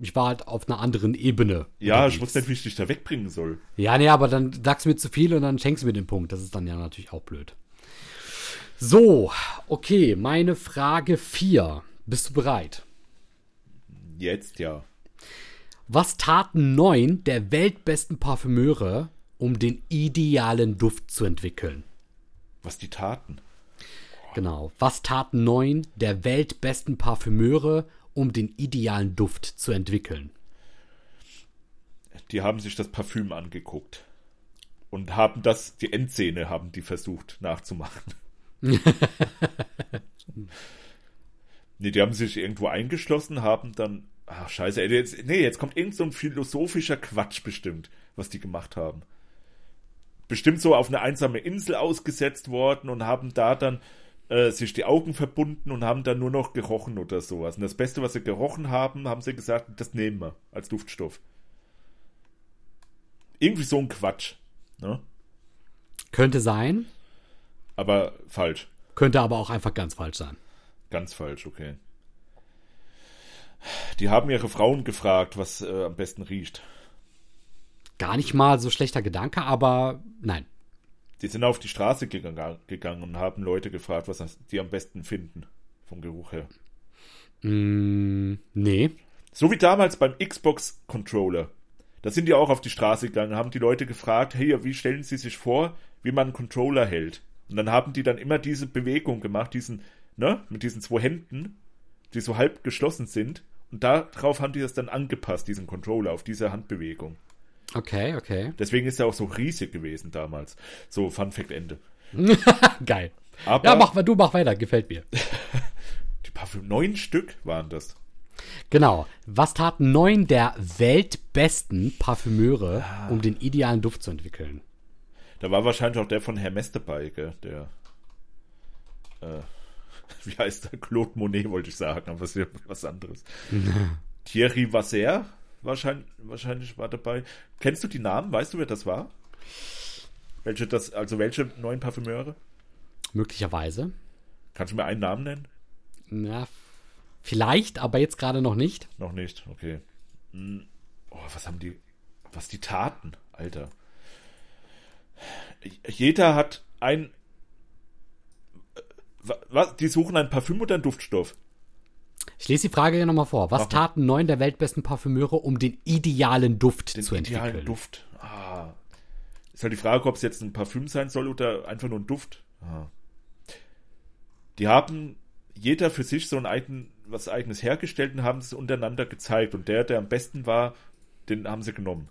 ich war halt auf einer anderen Ebene.
Ja, ich
unterwegs.
wusste nicht, wie ich dich da wegbringen soll.
Ja, nee, aber dann sagst du mir zu viel und dann schenkst du mir den Punkt. Das ist dann ja natürlich auch blöd. So, okay, meine Frage 4. Bist du bereit?
Jetzt ja.
Was taten neun der weltbesten Parfümeure, um den idealen Duft zu entwickeln?
Was die taten.
Genau. Was taten neun der weltbesten Parfümeure, um den idealen Duft zu entwickeln?
Die haben sich das Parfüm angeguckt. Und haben das, die Endszene haben die versucht nachzumachen. nee, die haben sich irgendwo eingeschlossen, haben dann. Ach, scheiße, ey, jetzt, nee, jetzt kommt irgend so ein philosophischer Quatsch bestimmt, was die gemacht haben. Bestimmt so auf eine einsame Insel ausgesetzt worden und haben da dann äh, sich die Augen verbunden und haben dann nur noch gerochen oder sowas. Und das Beste, was sie gerochen haben, haben sie gesagt, das nehmen wir als Duftstoff. Irgendwie so ein Quatsch. Ne?
Könnte sein,
Aber falsch.
könnte aber auch einfach ganz falsch sein.
Ganz falsch, okay. Die haben ihre Frauen gefragt, was äh, am besten riecht.
Gar nicht mal so schlechter Gedanke, aber nein.
Die sind auf die Straße gegangen gegangen und haben Leute gefragt, was das- die am besten finden. Vom Geruch her.
Mm, nee.
So wie damals beim Xbox-Controller. Da sind die auch auf die Straße gegangen, haben die Leute gefragt, hey, wie stellen sie sich vor, wie man einen Controller hält? Und dann haben die dann immer diese Bewegung gemacht, diesen, ne, mit diesen zwei Händen, die so halb geschlossen sind. Und darauf haben die das dann angepasst, diesen Controller, auf diese Handbewegung.
Okay, okay.
Deswegen ist er auch so riesig gewesen damals. So, Fun Fact Ende.
Geil.
Aber
Ja, mach, du mach weiter, gefällt mir.
die paar, neun Stück waren das.
Genau. Was taten neun der weltbesten Parfümeure, um den idealen Duft zu entwickeln?
Da war wahrscheinlich auch der von Hermes dabei, gell? Der. Äh, wie heißt der? Claude Monet, wollte ich sagen, aber es ist ja was anderes. Thierry Vasser wahrscheinlich, wahrscheinlich war dabei. Kennst du die Namen? Weißt du, wer das war? Welche das, also welche neuen Parfümeure?
Möglicherweise.
Kannst du mir einen Namen nennen?
Na, vielleicht, aber jetzt gerade noch nicht.
Noch nicht, okay. Hm. Oh, was haben die. Was die taten, Alter. Jeder hat ein. äh, Wa- Was? Die suchen ein Parfüm oder einen Duftstoff?
Ich lese die Frage nochmal vor. Was
Mach mal.
taten neun der weltbesten Parfümeure, um den idealen Duft
Den
zu
idealen
entwickeln?
Duft. Ah. Ist halt die Frage, ob es jetzt ein Parfüm sein soll oder einfach nur ein Duft. Ah. Die haben jeder für sich so ein eigen, was eigenes hergestellt und haben es untereinander gezeigt. Und der, der am besten war, den haben sie genommen.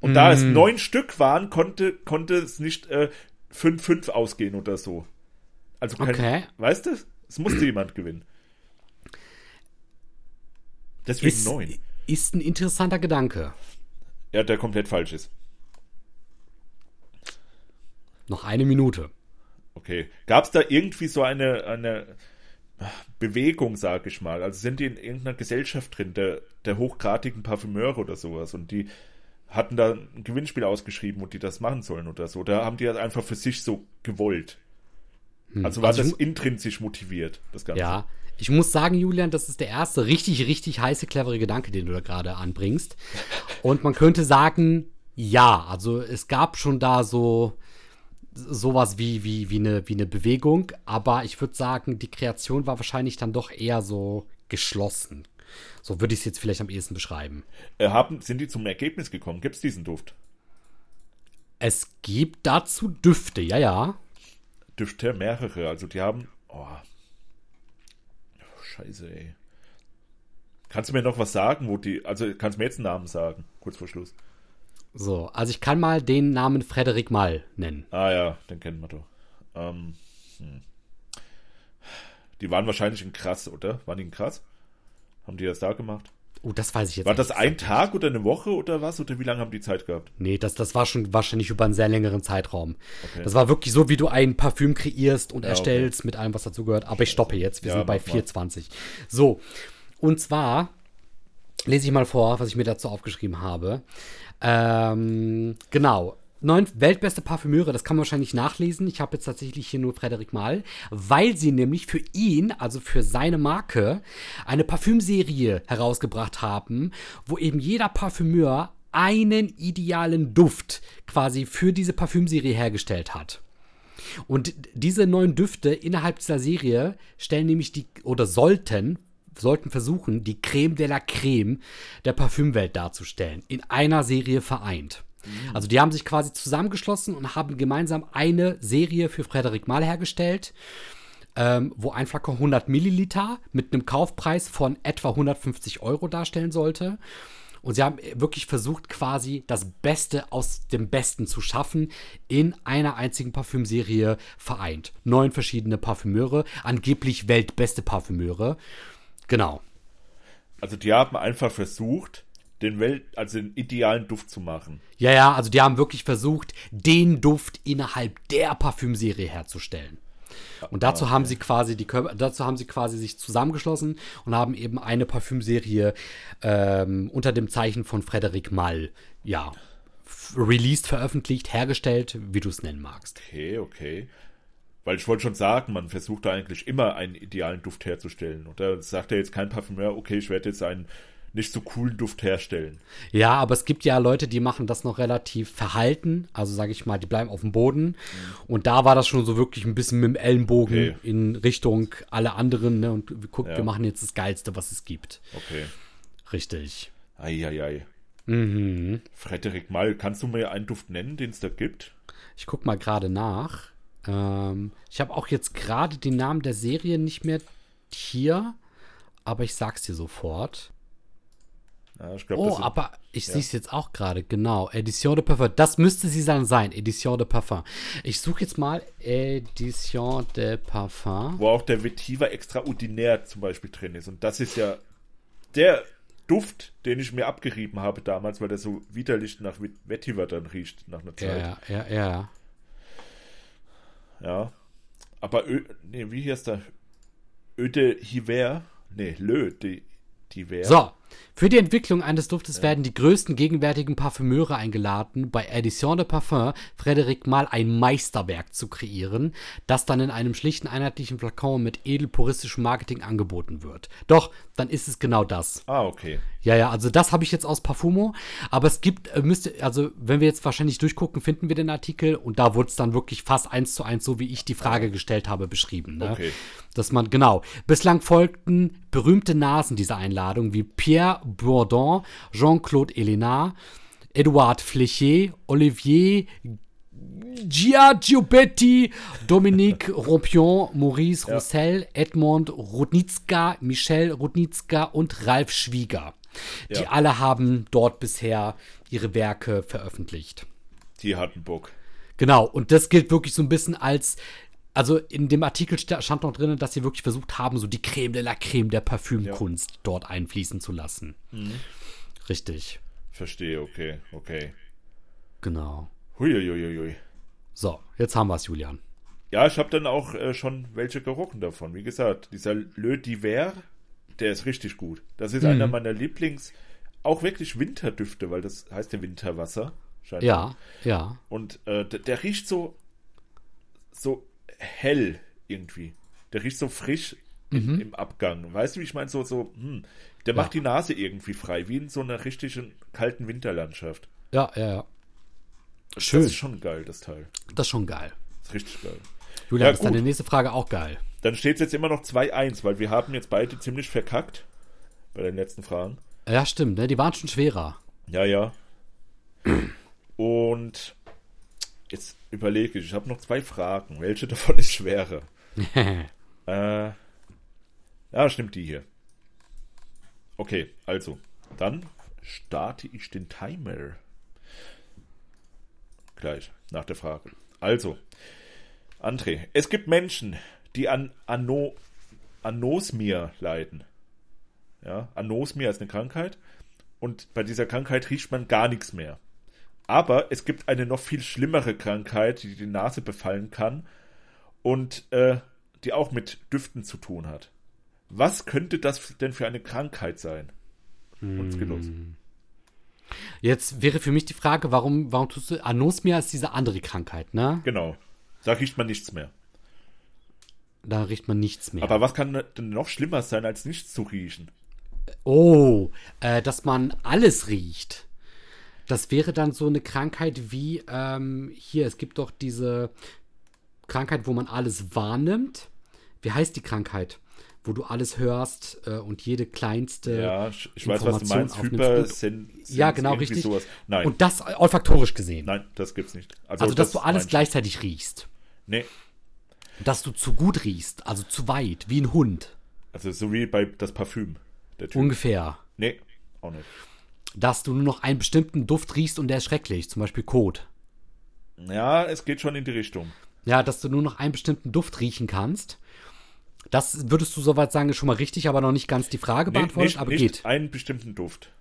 Und da es
Mm.
neun Stück waren, konnte, konnte es nicht 5-5 ausgehen oder so. Also kein,
Okay.
weißt du, es musste jemand gewinnen. Deswegen
Ist,
neun.
ist ein interessanter Gedanke.
Ja, der komplett falsch ist.
Noch eine Minute.
Okay. Gab es da irgendwie so eine, eine Bewegung, sag ich mal? Also sind die in irgendeiner Gesellschaft drin, der, der hochgradigen Parfümeure oder sowas? Und die hatten da ein Gewinnspiel ausgeschrieben, wo die das machen sollen oder so? Oder haben die das einfach für sich so gewollt? Also war
Also ich
das intrinsisch motiviert, das Ganze?
Ja, ich muss sagen, Julian, das ist der erste richtig, richtig heiße, clevere Gedanke, den du da gerade anbringst. Und man könnte sagen, ja, also es gab schon da so sowas wie, wie, wie, eine, wie eine Bewegung, aber ich würde sagen, die Kreation war wahrscheinlich dann doch eher so geschlossen. So würde ich es jetzt vielleicht am ehesten beschreiben.
Äh, haben, sind die zum Ergebnis gekommen? Gibt es diesen Duft?
Es gibt dazu Düfte, ja, ja.
Düfte mehrere. Also die haben. Oh. Scheiße, ey. Kannst du mir noch was sagen, wo die. Also kannst du mir jetzt einen Namen sagen, kurz vor Schluss.
So, also ich kann mal den Namen Frederik Mall nennen.
Ah ja, den kennen wir doch. Ähm, hm. Die waren wahrscheinlich in krass, oder? Waren die in krass? Haben die das da gemacht?
Oh, das weiß ich jetzt
War das ein Tag oder eine Woche oder was? Oder wie lange haben die Zeit gehabt?
Nee, das, das war schon wahrscheinlich über einen sehr längeren Zeitraum. Das war wirklich so, wie du ein Parfüm kreierst und erstellst mit allem, was dazugehört. Aber ich stoppe jetzt. Wir
Ja,
sind bei
mach mal.
4,20. So. Und zwar lese ich mal vor, was ich mir dazu aufgeschrieben habe. Ähm, genau. Neun weltbeste Parfümeure, das kann man wahrscheinlich nachlesen. Ich habe jetzt tatsächlich hier nur Frederik Mahl, weil sie nämlich für ihn, also für seine Marke, eine Parfümserie herausgebracht haben, wo eben jeder Parfümeur einen idealen Duft quasi für diese Parfümserie hergestellt hat. Und diese neuen Düfte innerhalb dieser Serie stellen nämlich die, oder sollten, sollten versuchen, die Creme de la Creme der Parfümwelt darzustellen. In einer Serie vereint. Also die haben sich quasi zusammengeschlossen und haben gemeinsam eine Serie für Frederik Mahl hergestellt, ähm, wo ein Flakon 100 Milliliter mit einem Kaufpreis von etwa 150 Euro darstellen sollte. Und sie haben wirklich versucht, quasi das Beste aus dem Besten zu schaffen, in einer einzigen Parfümserie vereint. Neun verschiedene Parfümeure, angeblich weltbeste Parfümeure. Genau.
Also die haben einfach versucht, den Welt, also den idealen Duft zu machen.
Ja, ja, also die haben wirklich versucht, den Duft innerhalb der Parfümserie herzustellen. Und dazu haben sie quasi die Körper, dazu haben sie quasi sich zusammengeschlossen und haben eben eine Parfümserie ähm, unter dem Zeichen von Frederic Mall, ja, f- released, veröffentlicht, hergestellt, wie du es nennen magst.
Okay, okay. Weil ich wollte schon sagen, man versucht da eigentlich immer einen idealen Duft herzustellen. Und da sagt ja jetzt kein Parfümeur, okay, ich werde jetzt einen nicht so coolen Duft herstellen.
Ja, aber es gibt ja Leute, die machen das noch relativ verhalten. Also sage ich mal, die bleiben auf dem Boden. Und da war das schon so wirklich ein bisschen mit dem Ellenbogen
Mhm. Okay.
in Richtung alle anderen. Ne? Und wir- guck,
Ja.
wir machen jetzt das Geilste, was es gibt.
Okay.
Richtig.
Eieiei. Mhm. Frederik Mall, kannst du mir einen Duft nennen, den es da gibt?
Ich guck mal gerade nach. Ähm, ich habe auch jetzt gerade den Namen der Serie nicht mehr hier, aber ich sag's dir sofort.
Ja, ich glaube,
Oh,
das sind-
aber ich sehe es jetzt auch gerade, genau. Edition de Parfum. Das müsste sie dann sein, Edition de Parfum. Ich suche jetzt mal Edition de Parfum.
wo auch der Vetiver extraordinär zum Beispiel drin ist. Und das ist ja der Duft, den ich mir abgerieben habe damals, weil der so widerlich nach Vet- Vetiver dann riecht nach einer Zeit.
Ja, ja, ja.
Ja. Aber Ö nee, wie heißt der? Öde Hiver? Nee, Lö de Hiver.
So. Für die Entwicklung eines Duftes werden die größten gegenwärtigen Parfümeure eingeladen, bei Edition de Parfum Frederic Mahl ein Meisterwerk zu kreieren, das dann in einem schlichten, einheitlichen Flakon mit edelpuristischem Marketing angeboten wird. Doch, dann ist es genau das.
Ah, okay.
Ja, ja, also das habe ich jetzt aus Parfumo. Aber es gibt, äh, müsste, also wenn wir jetzt wahrscheinlich durchgucken, finden wir den Artikel und da wurde es dann wirklich fast eins zu eins, so wie ich die Frage gestellt habe, beschrieben. Ne?
Okay.
Dass man, genau. Bislang folgten berühmte Nasen dieser Einladung wie Pierre Bourdon, Jean-Claude Elena, Edouard Flechet, Olivier Gia Giubetti, Dominique Rompion, Maurice Roussel, Edmond Rudnitska, Michel Rudnitska und Ralf Schwieger. Die
Ja.
alle haben dort bisher ihre Werke veröffentlicht.
Die hatten Bock.
Genau, und das gilt wirklich so ein bisschen als, also in dem Artikel sta- stand noch drin, dass sie wirklich versucht haben, so die Creme de la Creme der Parfümkunst dort einfließen zu lassen.
Mhm.
Richtig,
Verstehe, okay, okay.
genau.
Huiuiuiui.
So, jetzt haben wir es, Julian.
Ja, ich habe dann auch äh, schon welche gerochen davon. Wie gesagt, dieser Le Diver, der ist richtig gut. Das ist
Mhm.
einer meiner Lieblings, auch wirklich Winterdüfte, weil das heißt ja Winterwasser. Scheinbar.
Ja, ja.
Und äh, der, der riecht so, so hell irgendwie. Der riecht so frisch im, im Abgang. Weißt du, wie ich meine? So, so, hm. Der macht die Nase irgendwie frei, wie in so einer richtigen kalten Winterlandschaft.
Ja, ja, ja.
Das
Schön.
ist schon geil, das Teil.
Das ist schon geil.
Das ist richtig geil.
Julian,
Ja,
ist deine
gut.
nächste Frage auch geil?
Dann steht es jetzt immer noch 2-1, weil wir haben jetzt beide ziemlich verkackt bei den letzten Fragen.
Ja, stimmt, ne? Die waren schon schwerer.
Ja, ja. Und jetzt überlege ich, ich habe noch zwei Fragen. Welche davon ist schwerer? Äh, ja, stimmt die hier. Okay, also, dann starte ich den Timer. Gleich, nach der Frage. Also, André, es gibt Menschen, die an Ano, Anosmia leiden. Ja, Anosmia ist eine Krankheit und bei dieser Krankheit riecht man gar nichts mehr. Aber es gibt eine noch viel schlimmere Krankheit, die die Nase befallen kann und äh, die auch mit Düften zu tun hat. Was könnte das denn für eine Krankheit sein? Und es geht los.
Hm. Jetzt wäre für mich die Frage, warum, warum tust du. Anosmia ist diese andere Krankheit, ne?
Genau. Da riecht man nichts mehr.
Da riecht man nichts mehr.
Aber was kann denn noch schlimmer sein, als nichts zu riechen?
oh, äh, dass man alles riecht. Das wäre dann so eine Krankheit wie, ähm, hier, es gibt doch diese Krankheit, wo man alles wahrnimmt. Wie heißt die Krankheit? Wo du alles hörst äh, und jede kleinste.
Ja, ich, ich weiß, was du
Äh, Information
meinst.
aufnimmst
Hypersen.
Ja, genau,
irgendwie
richtig.
Sowas. Nein,
Und das olfaktorisch gesehen.
nein, das gibt's nicht.
also, dass du alles
mein-
gleichzeitig riechst.
Nee,
Dass du zu gut riechst, also zu weit, wie ein Hund.
also so wie bei das Parfüm. Der typ.
Ungefähr.
Nee, auch nicht.
Dass du nur noch einen bestimmten Duft riechst und der ist schrecklich, zum Beispiel Kot.
Ja, es geht schon in die Richtung.
Ja, dass du nur noch einen bestimmten Duft riechen kannst. Das würdest du soweit sagen, ist schon mal richtig, aber noch nicht ganz die Frage
Nee,
beantwortet,
nicht,
aber
nicht
geht.
einen bestimmten Duft.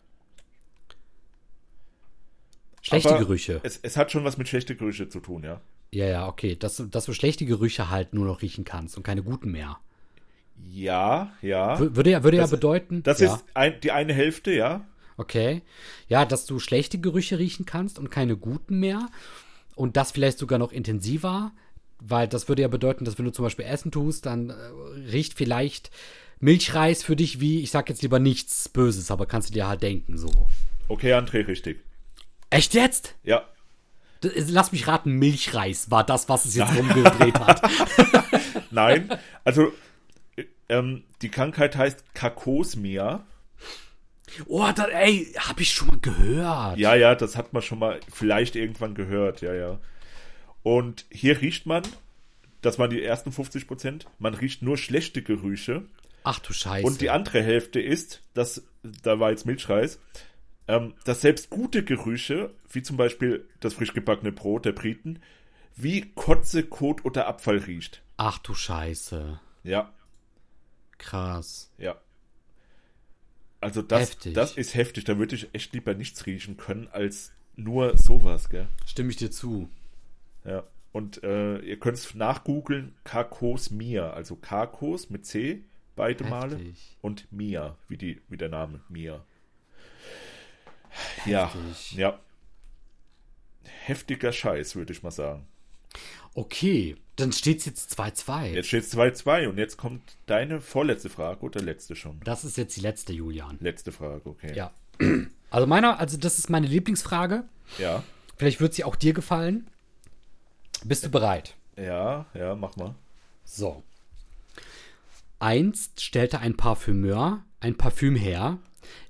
Schlechte
Aber
Gerüche.
Es, es hat schon was mit schlechte Gerüche zu tun, ja.
Ja, ja, okay. Dass, du- dass du schlechte Gerüche halt nur noch riechen kannst und keine guten mehr.
Ja, ja.
W würde ja, würde
Das-
ja bedeuten.
Das
ja,
ist ein, die eine Hälfte, ja.
Okay. Ja, dass du schlechte Gerüche riechen kannst und keine guten mehr. Und das vielleicht sogar noch intensiver. Weil das würde ja bedeuten, dass wenn du zum Beispiel Essen tust, dann äh, riecht vielleicht Milchreis für dich wie, ich sag jetzt lieber nichts Böses, aber kannst du dir halt denken, so.
Okay, André, richtig.
Echt jetzt?
Ja.
D- äh, Lass mich raten, Milchreis war das, was es jetzt rumgedreht hat.
Nein, also äh, ähm, die Krankheit heißt Kakosmia.
Oh, da, ey, hab ich schon mal gehört.
Ja, ja, das hat man schon mal vielleicht irgendwann gehört, ja, ja. Und hier riecht man, das waren die ersten 50 Prozent, man riecht nur schlechte Gerüche.
Ach du Scheiße.
Und die andere Hälfte ist, dass, da war jetzt Milchreis, ähm, dass selbst gute Gerüche, wie zum Beispiel das frisch gebackene Brot der Briten, wie Kotze, Kot oder Abfall riecht.
Ach du Scheiße.
Ja,
Krass.
ja. Also das,
Heftig.
das ist heftig. Da würde ich echt lieber nichts riechen können, als nur sowas, gell?
Stimme ich dir zu.
Ja. Und äh, ihr könnt es nachgoogeln, Kakos Mia, also Kakos mit C, beide Male.
Heftig.
Und Mia, wie, die, wie der Name, Mia. Ja,
Heftig.
ja. Heftiger Scheiß, würde ich mal sagen.
Okay, dann steht's jetzt 2-2.
Jetzt steht es 2-2 und jetzt kommt deine vorletzte Frage oder letzte schon?
Das ist jetzt die letzte, Julian.
Letzte Frage, okay.
Ja. Also meiner, also das ist meine Lieblingsfrage.
Ja,
Vielleicht wird sie auch dir gefallen. Bist du bereit?
ja, ja, mach mal.
So. Einst stellte ein Parfümeur ein Parfüm her.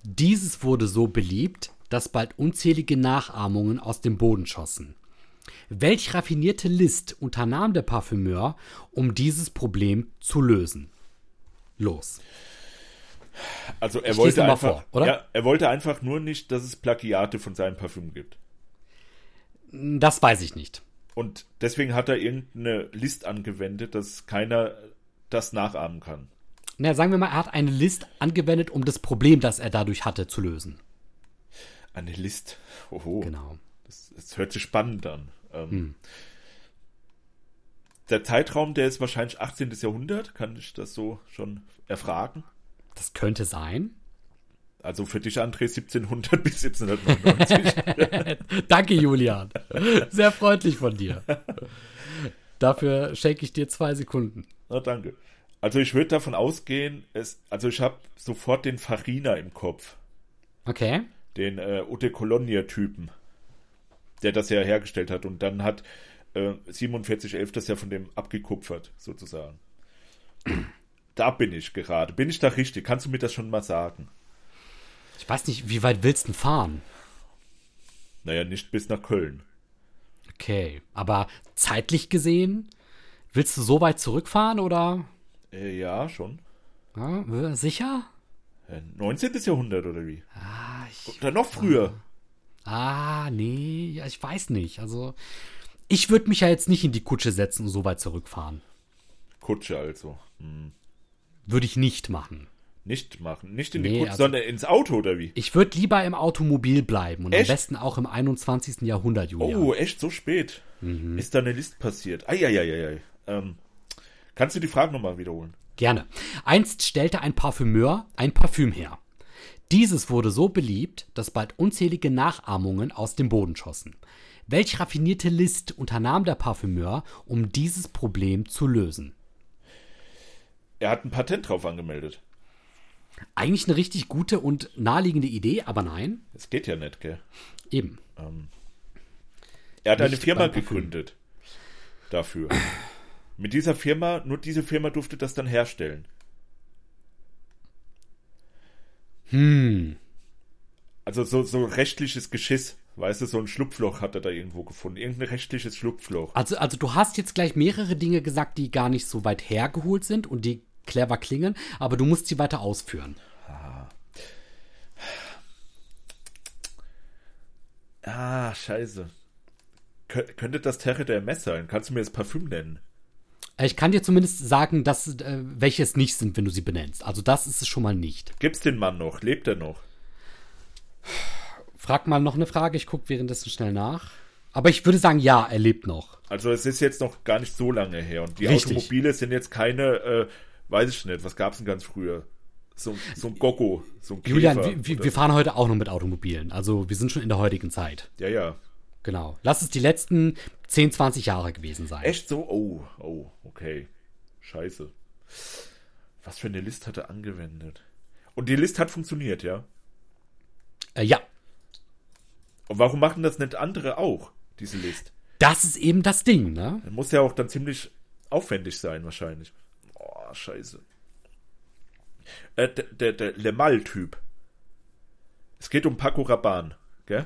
Dieses wurde so beliebt, dass bald unzählige Nachahmungen aus dem Boden schossen. Welch raffinierte List unternahm der Parfümeur, um dieses Problem zu lösen? Los.
Also er
Ich lese
wollte
mal
einfach,
vor, oder?
Ja, er wollte einfach nur nicht, dass es Plagiate von seinem Parfüm gibt.
Das weiß ich nicht.
Und deswegen hat er irgendeine List angewendet, dass keiner das nachahmen kann.
Na, sagen wir mal, er hat eine List angewendet, um das Problem, das er dadurch hatte, zu lösen.
Eine List. Oho.
Genau.
Das, das hört sich spannend an. Ähm, Der Zeitraum, der ist wahrscheinlich 18. Jahrhundert, kann ich das so schon erfragen?
Das könnte sein.
Also für dich, André, 1700 bis 1799.
Danke, Julian. Sehr freundlich von dir. Dafür schenke ich dir zwei Sekunden.
Na, danke. Also ich würde davon ausgehen, es, also ich habe sofort den Farina im Kopf,
Okay.
den äh, Ute Colonia-Typen, der das ja hergestellt hat. Und dann hat äh, 4711 das ja von dem abgekupfert, sozusagen. Da bin ich gerade. Bin ich da richtig? Kannst du mir das schon mal sagen?
Ich weiß nicht, wie weit willst du denn fahren?
Naja, nicht bis nach Köln.
Okay. Aber zeitlich gesehen, willst du so weit zurückfahren oder?
Äh, ja, schon.
Ja, w- sicher?
Äh, 19. Jahrhundert oder wie?
Ah, ich,
Oder noch früher.
ah, nee, ja, ich weiß nicht. Also, ich würde mich ja jetzt nicht in die Kutsche setzen und so weit zurückfahren.
Kutsche also. Hm.
Würde ich nicht machen.
Nicht machen. Nicht in die
Nee,
Kutsche,
also-
sondern ins Auto oder wie?
Ich würde lieber im Automobil bleiben und
Echt?
am besten auch im 21. Jahrhundert, Julian.
Oh, echt so spät.
Mhm.
Ist da eine List passiert? Eieieiei. Ähm, kannst du die Frage nochmal wiederholen?
Gerne. Einst stellte ein Parfümeur ein Parfüm her. Dieses wurde so beliebt, dass bald unzählige Nachahmungen aus dem Boden schossen. Welch raffinierte List unternahm der Parfümeur, um dieses Problem zu lösen?
Er hat ein Patent drauf angemeldet.
Eigentlich eine richtig gute und naheliegende Idee, aber nein.
Das geht ja nicht, gell?
Eben.
Er hat eine
Nicht
Firma
beim Parfüm.
gegründet. Dafür. Mit dieser Firma, nur diese Firma durfte das dann herstellen.
Hm.
Also so, so rechtliches Geschiss. Weißt du, so ein Schlupfloch hat er da irgendwo gefunden. Irgendein rechtliches Schlupfloch.
Also, also du hast jetzt gleich mehrere Dinge gesagt, die gar nicht so weit hergeholt sind und die clever klingen, aber du musst sie weiter ausführen.
Ah, scheiße. Kö könnte das Terre der Mess sein? Kannst du mir das Parfüm nennen?
Ich kann dir zumindest sagen, dass äh, welche es nicht sind, wenn du sie benennst. Also das ist es schon mal nicht.
Gibt's den Mann noch? Lebt er noch?
Frag mal noch eine Frage, ich gucke währenddessen schnell nach. Aber ich würde sagen, ja, er lebt noch.
Also es ist jetzt noch gar nicht so lange her. Und die
Richtig.
Automobile sind jetzt keine, äh, weiß ich nicht, was gab es denn ganz früher? So, so ein Goggo, so ein Käfer.
Julian, wir- wir,
oder-
wir fahren heute auch noch mit Automobilen. Also wir sind schon in der heutigen Zeit.
Ja, ja.
Genau. Lass es die letzten 10, 20 Jahre gewesen sein.
Echt so? Oh, oh, okay. Scheiße. Was für eine List hat er angewendet? Und die List hat funktioniert, ja?
Äh, ja,
Und warum machen das nicht andere auch, diese List?
das ist eben das Ding, ne?
Das muss ja auch dann ziemlich aufwendig sein, wahrscheinlich. Oh, scheiße. Äh, der, der, der Le Mal-Typ. Es geht um Paco Rabanne, gell?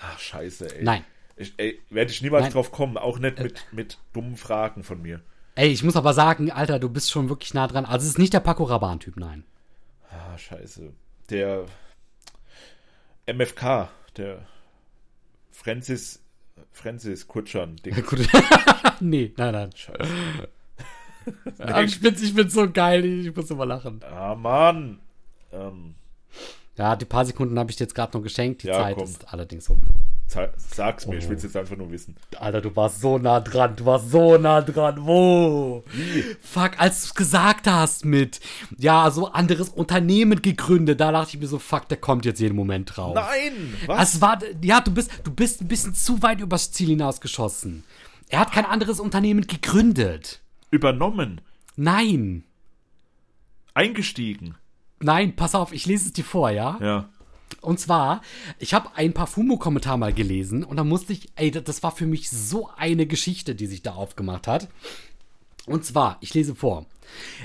Ach, scheiße, ey.
Nein.
Ich, ey, werde ich niemals
Nein. Äh.
drauf kommen, auch nicht mit, mit dummen Fragen von mir.
Ey, ich muss aber sagen, Alter, du bist schon wirklich nah dran. Also es ist nicht der Paco Rabanne-Typ, nein.
Ah, scheiße. Der MFK, der Francis, Francis Kutschan. Ding.
Gut. nee, nein, nein.
Scheiße.
Ah, Ich bin, ich bin so geil, ich muss immer lachen.
Ah, Mann. Ähm,
Ja, die paar Sekunden habe ich dir jetzt gerade noch geschenkt. Die
Ja,
Zeit
komm.
ist allerdings um.
sa- sag's
Oh.
mir, ich will's jetzt einfach nur wissen.
Alter, du warst so nah dran, du warst so nah dran. Wo? Fuck, als du es gesagt hast mit, ja, so anderes Unternehmen gegründet, da dachte ich mir so, fuck, der kommt jetzt jeden Moment drauf.
Nein! Was?
Es war, ja, du bist, du bist ein bisschen zu weit übers Ziel hinausgeschossen. Er hat kein anderes Unternehmen gegründet.
Übernommen.
Nein.
Eingestiegen.
Nein, pass auf, ich lese es dir vor, ja?
Ja.
Und zwar, ich habe einen Parfumo-Kommentar mal gelesen und da musste ich, ey, das- das war für mich so eine Geschichte, die sich da aufgemacht hat. Und zwar, ich lese vor.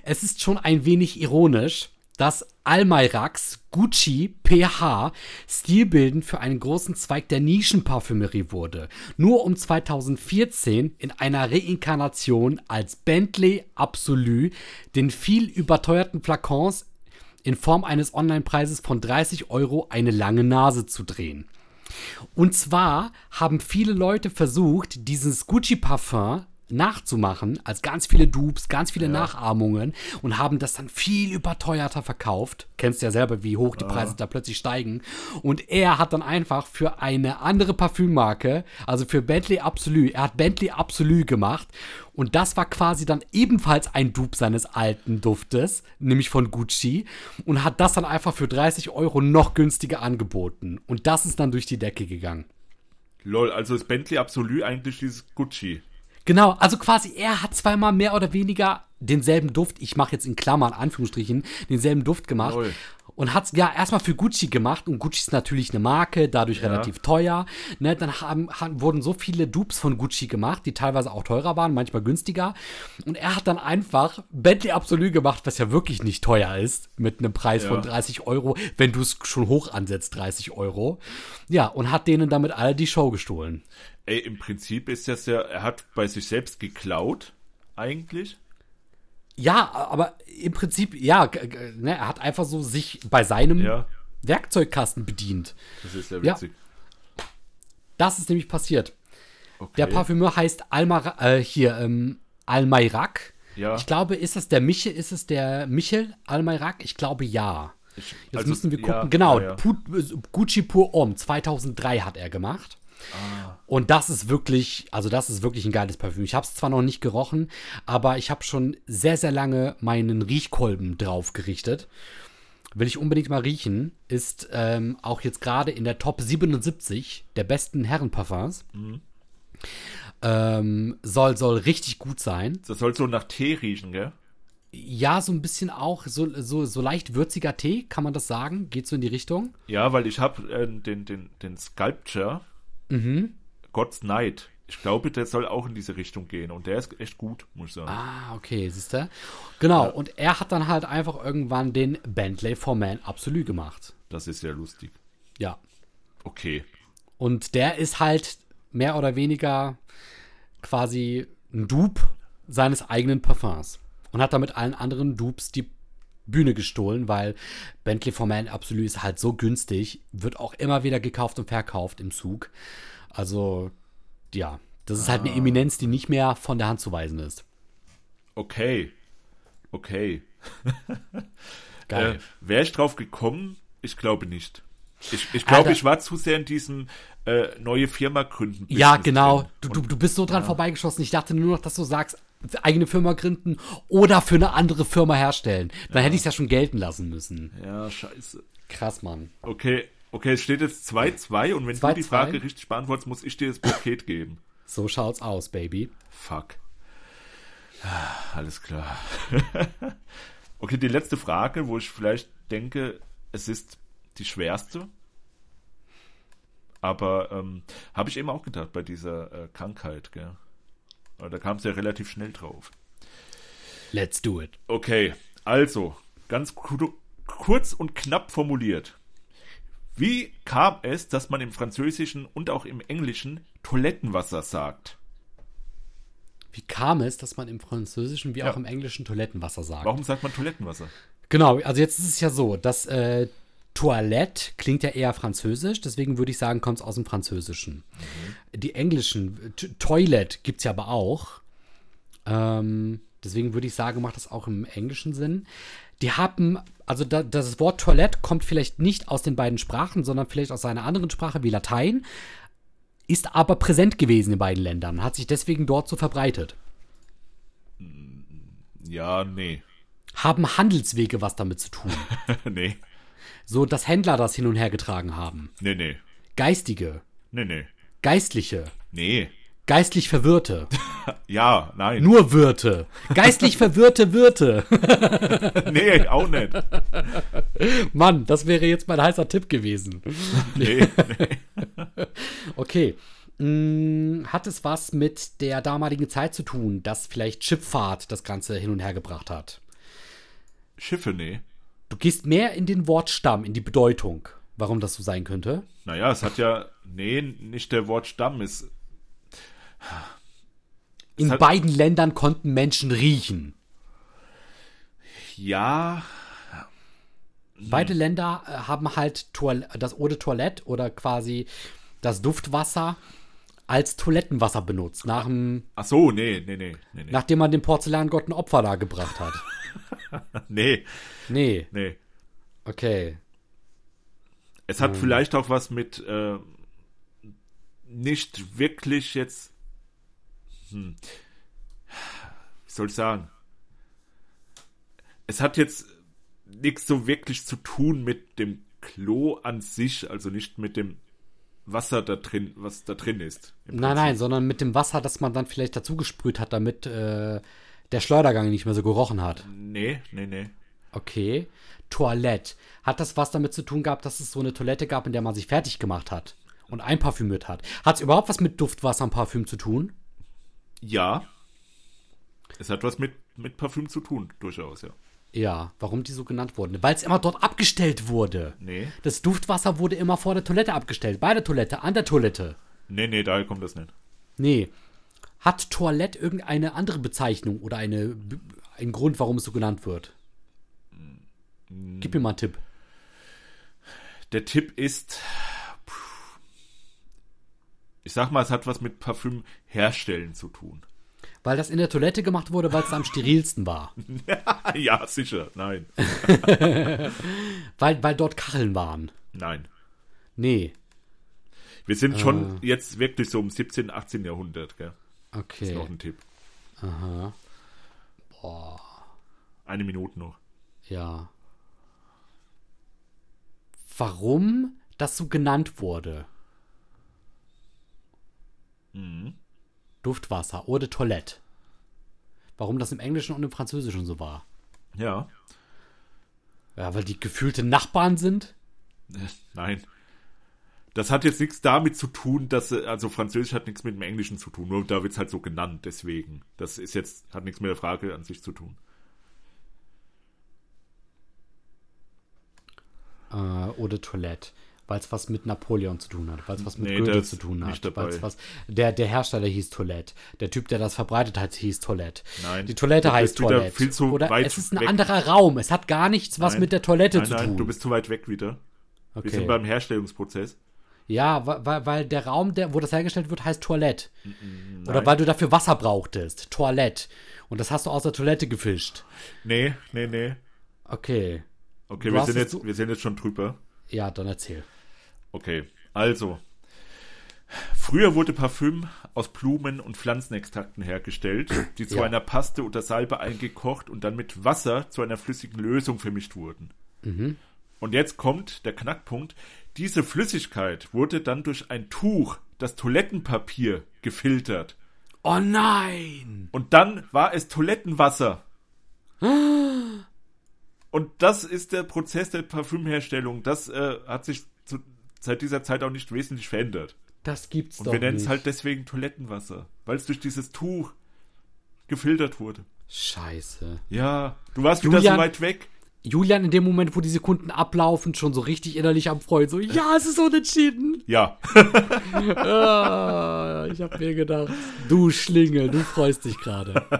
Es ist schon ein wenig ironisch, dass Almayrax, Gucci, PH stilbildend für einen großen Zweig der Nischenparfümerie wurde, nur um 2014 in einer Reinkarnation als Bentley Absolu den viel überteuerten Flakons in Form eines Online-Preises von 30 Euro eine lange Nase zu drehen. Und zwar haben viele Leute versucht, dieses Gucci-Parfum nachzumachen, als ganz viele Dupes, ganz viele Nachahmungen und haben das dann viel überteuerter verkauft. Kennst ja selber, wie hoch die Preise da plötzlich steigen. Und er hat dann einfach für eine andere Parfümmarke, also für Bentley Absolu, er hat Bentley Absolu gemacht und das war quasi dann ebenfalls ein Dupe seines alten Duftes, nämlich von Gucci, und hat das dann einfach für 30 Euro noch günstiger angeboten. Und das ist dann durch die Decke gegangen.
Lol, also ist Bentley Absolu eigentlich dieses Gucci.
Genau, also quasi er hat zweimal mehr oder weniger denselben Duft, ich mache jetzt in Klammern, Anführungsstrichen, denselben Duft gemacht.
Jawohl.
Und hat's ja erstmal für Gucci gemacht und Gucci ist natürlich eine Marke, dadurch relativ teuer. Ne, dann haben, haben, wurden so viele Dupes von Gucci gemacht, die teilweise auch teurer waren, manchmal günstiger. Und er hat dann einfach Bentley Absolu gemacht, was ja wirklich nicht teuer ist, mit einem Preis
Ja.
von 30 Euro, wenn du es schon hoch ansetzt, 30 Euro. Ja, und hat denen damit alle die Show gestohlen.
Ey, im Prinzip ist das ja, er hat bei sich selbst geklaut, eigentlich.
Ja, aber im Prinzip, ja, g- g- ne, er hat einfach so sich bei seinem
Ja.
Werkzeugkasten bedient.
Das ist ja
Ja.
witzig.
Das ist nämlich passiert.
Okay.
Der Parfümeur heißt Almar, äh, hier, ähm, Almayrak.
Ja.
Ich glaube, ist es der Michel, ist es der Michel Almayrak? Ich glaube, ja.
Ich-
Jetzt
also,
müssen wir
ja,
gucken. genau,
ja, ja.
Pu- Gucci Pur Homme 2003 hat er gemacht.
Ah.
Und das ist wirklich, also das ist wirklich ein geiles Parfüm. Ich habe es zwar noch nicht gerochen, aber ich habe schon sehr, sehr lange meinen Riechkolben drauf gerichtet. Will ich unbedingt mal riechen. Ist ähm, auch jetzt gerade in der Top 77 der besten Herrenparfums.
Mhm.
Ähm, soll, soll richtig gut sein.
Das soll so nach Tee riechen, gell?
Ja, so ein bisschen auch, so, so, so leicht würziger Tee, kann man das sagen? Geht so in die Richtung?
Ja, weil ich habe äh, den, den, den Sculpture,
Mhm.
God's Night. Ich glaube, der soll auch in diese Richtung gehen. Und der ist echt gut, muss ich sagen.
Ah, okay, siehst du? Genau, und er hat dann halt einfach irgendwann den Bentley for Man Absolu gemacht.
Das ist ja lustig.
Ja.
Okay.
Und der ist halt mehr oder weniger quasi ein Dupe seines eigenen Parfums. Und hat damit allen anderen Dupes die Bühne gestohlen, weil Bentley for Man Absolu ist halt so günstig, wird auch immer wieder gekauft und verkauft im Zug. Also, ja, das ist halt eine Eminenz, die nicht mehr von der Hand zu weisen ist.
Okay. Okay.
Geil.
Äh, Wäre ich drauf gekommen? Ich glaube nicht. Ich, ich glaube, ich war zu sehr in diesem äh, neue Firma gründen.
ja,
Business
genau.
drin.
Du, du,
Und
du bist so dran vorbeigeschossen. Ich dachte nur noch, dass du sagst, eigene Firma gründen oder für eine andere Firma herstellen. Dann hätte ich es ja schon gelten lassen müssen.
Ja, scheiße.
Krass, Mann.
Okay, okay, es steht jetzt 2-2 und wenn du die
2-2?
Frage richtig beantwortest, muss ich dir das Paket geben.
So schaut's aus, Baby.
Fuck. Ah, Alles klar. okay, die letzte Frage, wo ich vielleicht denke, es ist die schwerste. Aber ähm, habe ich eben auch gedacht bei dieser äh, Krankheit, gell? Aber da kam es ja relativ schnell drauf.
Let's do it.
Okay, also, ganz ku- kurz und knapp formuliert. Wie kam es, dass man im Französischen und auch im Englischen Toilettenwasser sagt?
Wie kam es, dass man im Französischen wie
Ja.
auch im Englischen Toilettenwasser sagt?
Warum sagt man Toilettenwasser?
Genau, also jetzt ist es ja so, dass äh, Toilette klingt ja eher französisch, deswegen würde ich sagen, kommt es aus dem Französischen. Die englischen, äh, T- Toilet gibt es ja aber auch. Ähm, deswegen würde ich sagen, macht das auch im englischen Sinn. Die haben, also da, das Wort Toilette kommt vielleicht nicht aus den beiden Sprachen, sondern vielleicht aus einer anderen Sprache wie Latein, ist aber präsent gewesen in beiden Ländern, hat sich deswegen dort so verbreitet.
Ja, nee.
Haben Handelswege was damit zu tun,
nee.
so dass Händler das hin und her getragen haben.
Nee, nee.
Geistige,
Nee, nee.
Geistliche,
Nee.
geistlich Verwirrte,
Ja, nein.
nur Wirte, geistlich verwirrte Wirte.
Nee, auch nicht.
Mann, das wäre jetzt mein heißer Tipp gewesen.
Nee.
Okay. Hm, Hat es was mit der damaligen Zeit zu tun, dass vielleicht Schifffahrt das Ganze hin und her gebracht hat?
Schiffe, nee.
Du gehst mehr in den Wortstamm, in die Bedeutung, warum das so sein könnte.
Naja, es hat ja. Nee, nicht der Wortstamm ist.
In
hat-
beiden Ländern konnten Menschen riechen.
Ja. Mhm.
Beide Länder äh, haben halt Toil das Eau de Toilette oder quasi das Duftwasser als Toilettenwasser benutzt, nach dem,
Ach so, nee, nee, nee. Nee, nee.
nachdem man dem Porzellangott ein Opfer dargebracht hat.
Nee,
Nee,
nee.
okay.
Es hat vielleicht auch was mit äh, nicht wirklich jetzt. Hm. Wie soll ich sagen? Es hat jetzt nichts so wirklich zu tun mit dem Klo an sich, also nicht mit dem Wasser da drin, was da drin ist. Im
Nein,
Prinzip.
nein, sondern mit dem Wasser, das man dann vielleicht dazu gesprüht hat, damit äh, der Schleudergang nicht mehr so gerochen hat.
Nee, nee, nee.
Okay. Toilette. Hat das was damit zu tun gehabt, dass es so eine Toilette gab, in der man sich fertig gemacht hat und einparfümiert hat? Hat es überhaupt was mit Duftwasser und Parfüm zu tun?
Ja. Es hat was mit, mit Parfüm zu tun, durchaus, ja.
Ja, warum die so genannt wurden? Weil es immer dort abgestellt wurde.
Nee.
Das Duftwasser wurde immer vor der Toilette abgestellt. Bei der Toilette, an der Toilette.
Nee, nee, daher kommt das nicht.
Nee. Hat Toilette irgendeine andere Bezeichnung oder eine, einen Grund, warum es so genannt wird? Gib mir mal einen Tipp.
Der Tipp ist, puh, ich sag mal, es hat was mit Parfüm herstellen zu tun.
Weil das in der Toilette gemacht wurde, weil es am sterilsten war.
ja, sicher. Nein,
Weil, weil dort Kacheln waren.
nein.
Nee.
Wir sind schon jetzt wirklich so im 17., 18. Jahrhundert, gell?
Okay.
Noch ein Tipp.
Aha.
Eine Minute noch.
Ja. Warum das so genannt wurde? Duftwasser oder Toilette. Warum das im Englischen und im Französischen so war?
Ja.
Ja, weil die gefühlte Nachbarn sind?
Nein. Das hat jetzt nichts damit zu tun, dass, äh, also Französisch hat nichts mit dem Englischen zu tun, nur da wird's halt so genannt, deswegen. Das ist jetzt, hat nichts mit der Frage an sich zu tun.
Äh, oder Toilette. Weil es was mit Napoleon zu tun hat, weil es was mit
Nee, der
Goethe
ist
zu tun
nicht
hat.
dabei.
weil's Was, der, der Hersteller hieß Toilette. Der Typ, der das verbreitet hat, hieß Toilette.
Nein,
Die Toilette
du
heißt
bist wieder
Toilette.
viel zu
Oder
weit
es ist ein
weg.
anderer Raum. Es hat gar nichts was
Nein.
mit der Toilette
nein,
zu
nein,
tun.
du bist zu weit weg wieder.
okay.
Wir sind beim Herstellungsprozess.
Ja, wa- weil, weil der Raum, der, wo das hergestellt wird, heißt Toilette.
Mm,
Oder weil du dafür Wasser brauchtest. Toilette. Und das hast du aus der Toilette gefischt.
Nee, nee, nee.
Okay.
Okay,
Du
wir
hast
sind,
es
jetzt,
so-
wir sind jetzt schon drüber.
Ja, dann erzähl.
Okay, also. Früher wurde Parfüm aus Blumen und Pflanzenextrakten hergestellt, die zu
Ja.
einer Paste oder Salbe eingekocht und dann mit Wasser zu einer flüssigen Lösung vermischt wurden.
Mhm.
Und jetzt kommt der Knackpunkt. Diese Flüssigkeit wurde dann durch ein Tuch, das Toilettenpapier, gefiltert.
Oh nein!
Und dann war es Toilettenwasser. Und das ist der Prozess der Parfümherstellung. Das äh, hat sich zu, seit dieser Zeit auch nicht wesentlich verändert.
Das gibt's
Und
doch
wir nennen es
nicht.
halt deswegen Toilettenwasser, weil es durch dieses Tuch gefiltert wurde.
Scheiße.
Ja, du warst wieder
Julian-
so weit weg.
Julian in dem Moment, wo die Sekunden ablaufen, schon so richtig innerlich am Freuen, so, ja, es ist unentschieden.
Ja,
Ah, ich hab mir gedacht, du Schlingel, du freust dich gerade.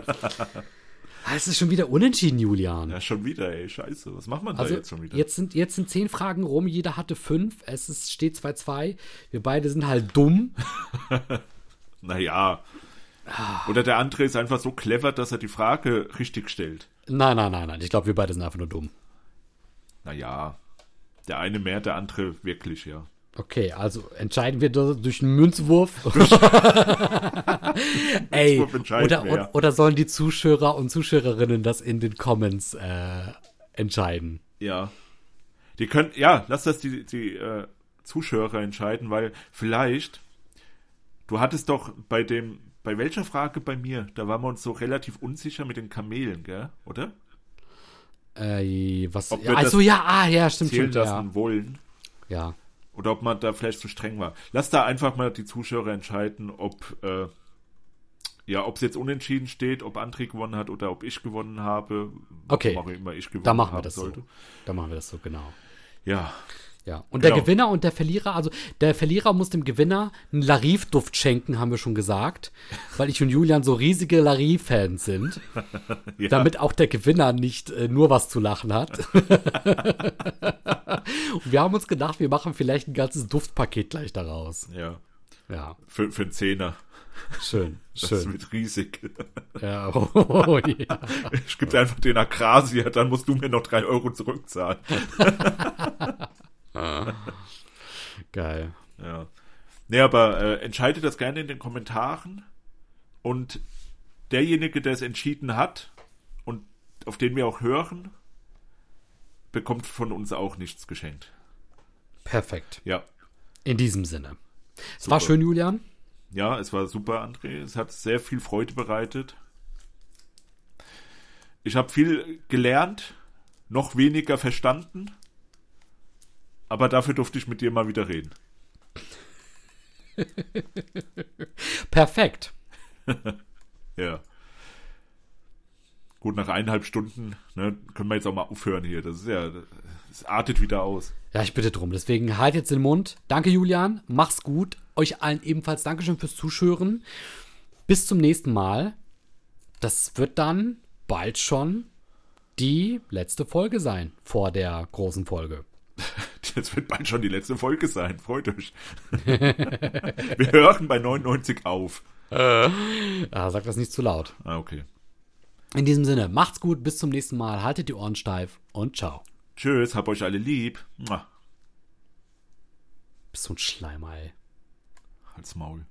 Ah, Es ist schon wieder unentschieden, Julian.
ja schon wieder, ey, scheiße. Was macht man
Also
da jetzt schon wieder?
jetzt sind, jetzt sind zehn Fragen rum, jeder hatte fünf, es ist, steht 2-2. Wir beide sind halt dumm.
Naja. Oder der andere ist einfach so clever, dass er die Frage richtig stellt.
Nein, nein, nein, nein. Ich glaube, wir beide sind einfach nur dumm.
Naja. Der eine mehr, der andere wirklich, ja.
Okay, also entscheiden wir das durch einen Münzwurf. Ey,
Münzwurf entscheiden
oder,
wir, ja.
oder sollen die Zuschauer und Zuschauerinnen das in den Comments äh, entscheiden?
Ja. Die können, ja, lass das die, die äh, Zuschauer entscheiden, weil vielleicht, du hattest doch bei dem, bei welcher Frage bei mir, da waren wir uns so relativ unsicher mit den Kamelen, gell? Oder?
Äh, was?
Ob wir das
Also ja, ah, ja, stimmt,
Zählen
stimmt, ja.
lassen wollen.
ja.
Oder ob man da vielleicht zu streng war. Lass da einfach mal die Zuschauer entscheiden, ob, äh, ja, ob es jetzt unentschieden steht, ob André gewonnen hat oder ob ich gewonnen habe.
Okay.
Warum auch immer ich gewonnen
Da machen wir
haben
das
sollte.
so. Da machen wir das so, genau.
Ja.
Ja. Und der
Genau.
Gewinner und der Verlierer, also der Verlierer muss dem Gewinner einen Larif-Duft schenken, haben wir schon gesagt, weil ich und Julian so riesige Larif-Fans sind,
ja.
damit auch der Gewinner nicht äh, nur was zu lachen hat. und wir haben uns gedacht, wir machen vielleicht ein ganzes Duftpaket gleich daraus.
Ja.
Ja,
Für, für einen Zehner.
schön,
Das
schön.
wird riesig.
Ja, oh, oh, oh, ja.
Ich gebe dir einfach den Akrasia, dann musst du mir noch drei Euro zurückzahlen.
Geil.
Ja. Nee, aber äh, entscheidet das gerne in den Kommentaren. Und derjenige, der es entschieden hat und auf den wir auch hören, bekommt von uns auch nichts geschenkt.
Perfekt.
Ja.
In diesem Sinne. Es war schön, Julian.
Ja, es war super, André. Es hat sehr viel Freude bereitet. Ich habe viel gelernt, noch weniger verstanden. Aber dafür durfte ich mit dir mal wieder reden.
Perfekt.
Ja. Gut, nach eineinhalb Stunden ne, können wir jetzt auch mal aufhören hier. Das ist ja, es artet wieder aus.
Ja, ich bitte drum. Deswegen halt jetzt den Mund. Danke, Julian. Mach's gut. Euch allen ebenfalls Dankeschön fürs Zuschören. Bis zum nächsten Mal. Das wird dann bald schon die letzte Folge sein vor der großen Folge.
Das wird bald schon die letzte Folge sein. Freut euch. wir hören bei 99 auf.
Ah, sag das nicht zu laut.
Ah, okay.
In diesem Sinne, macht's gut. Bis zum nächsten Mal. Haltet die Ohren steif und ciao.
Tschüss, hab euch alle lieb. Mua.
Bist du ein Schleimer, ey.
Halt's Maul.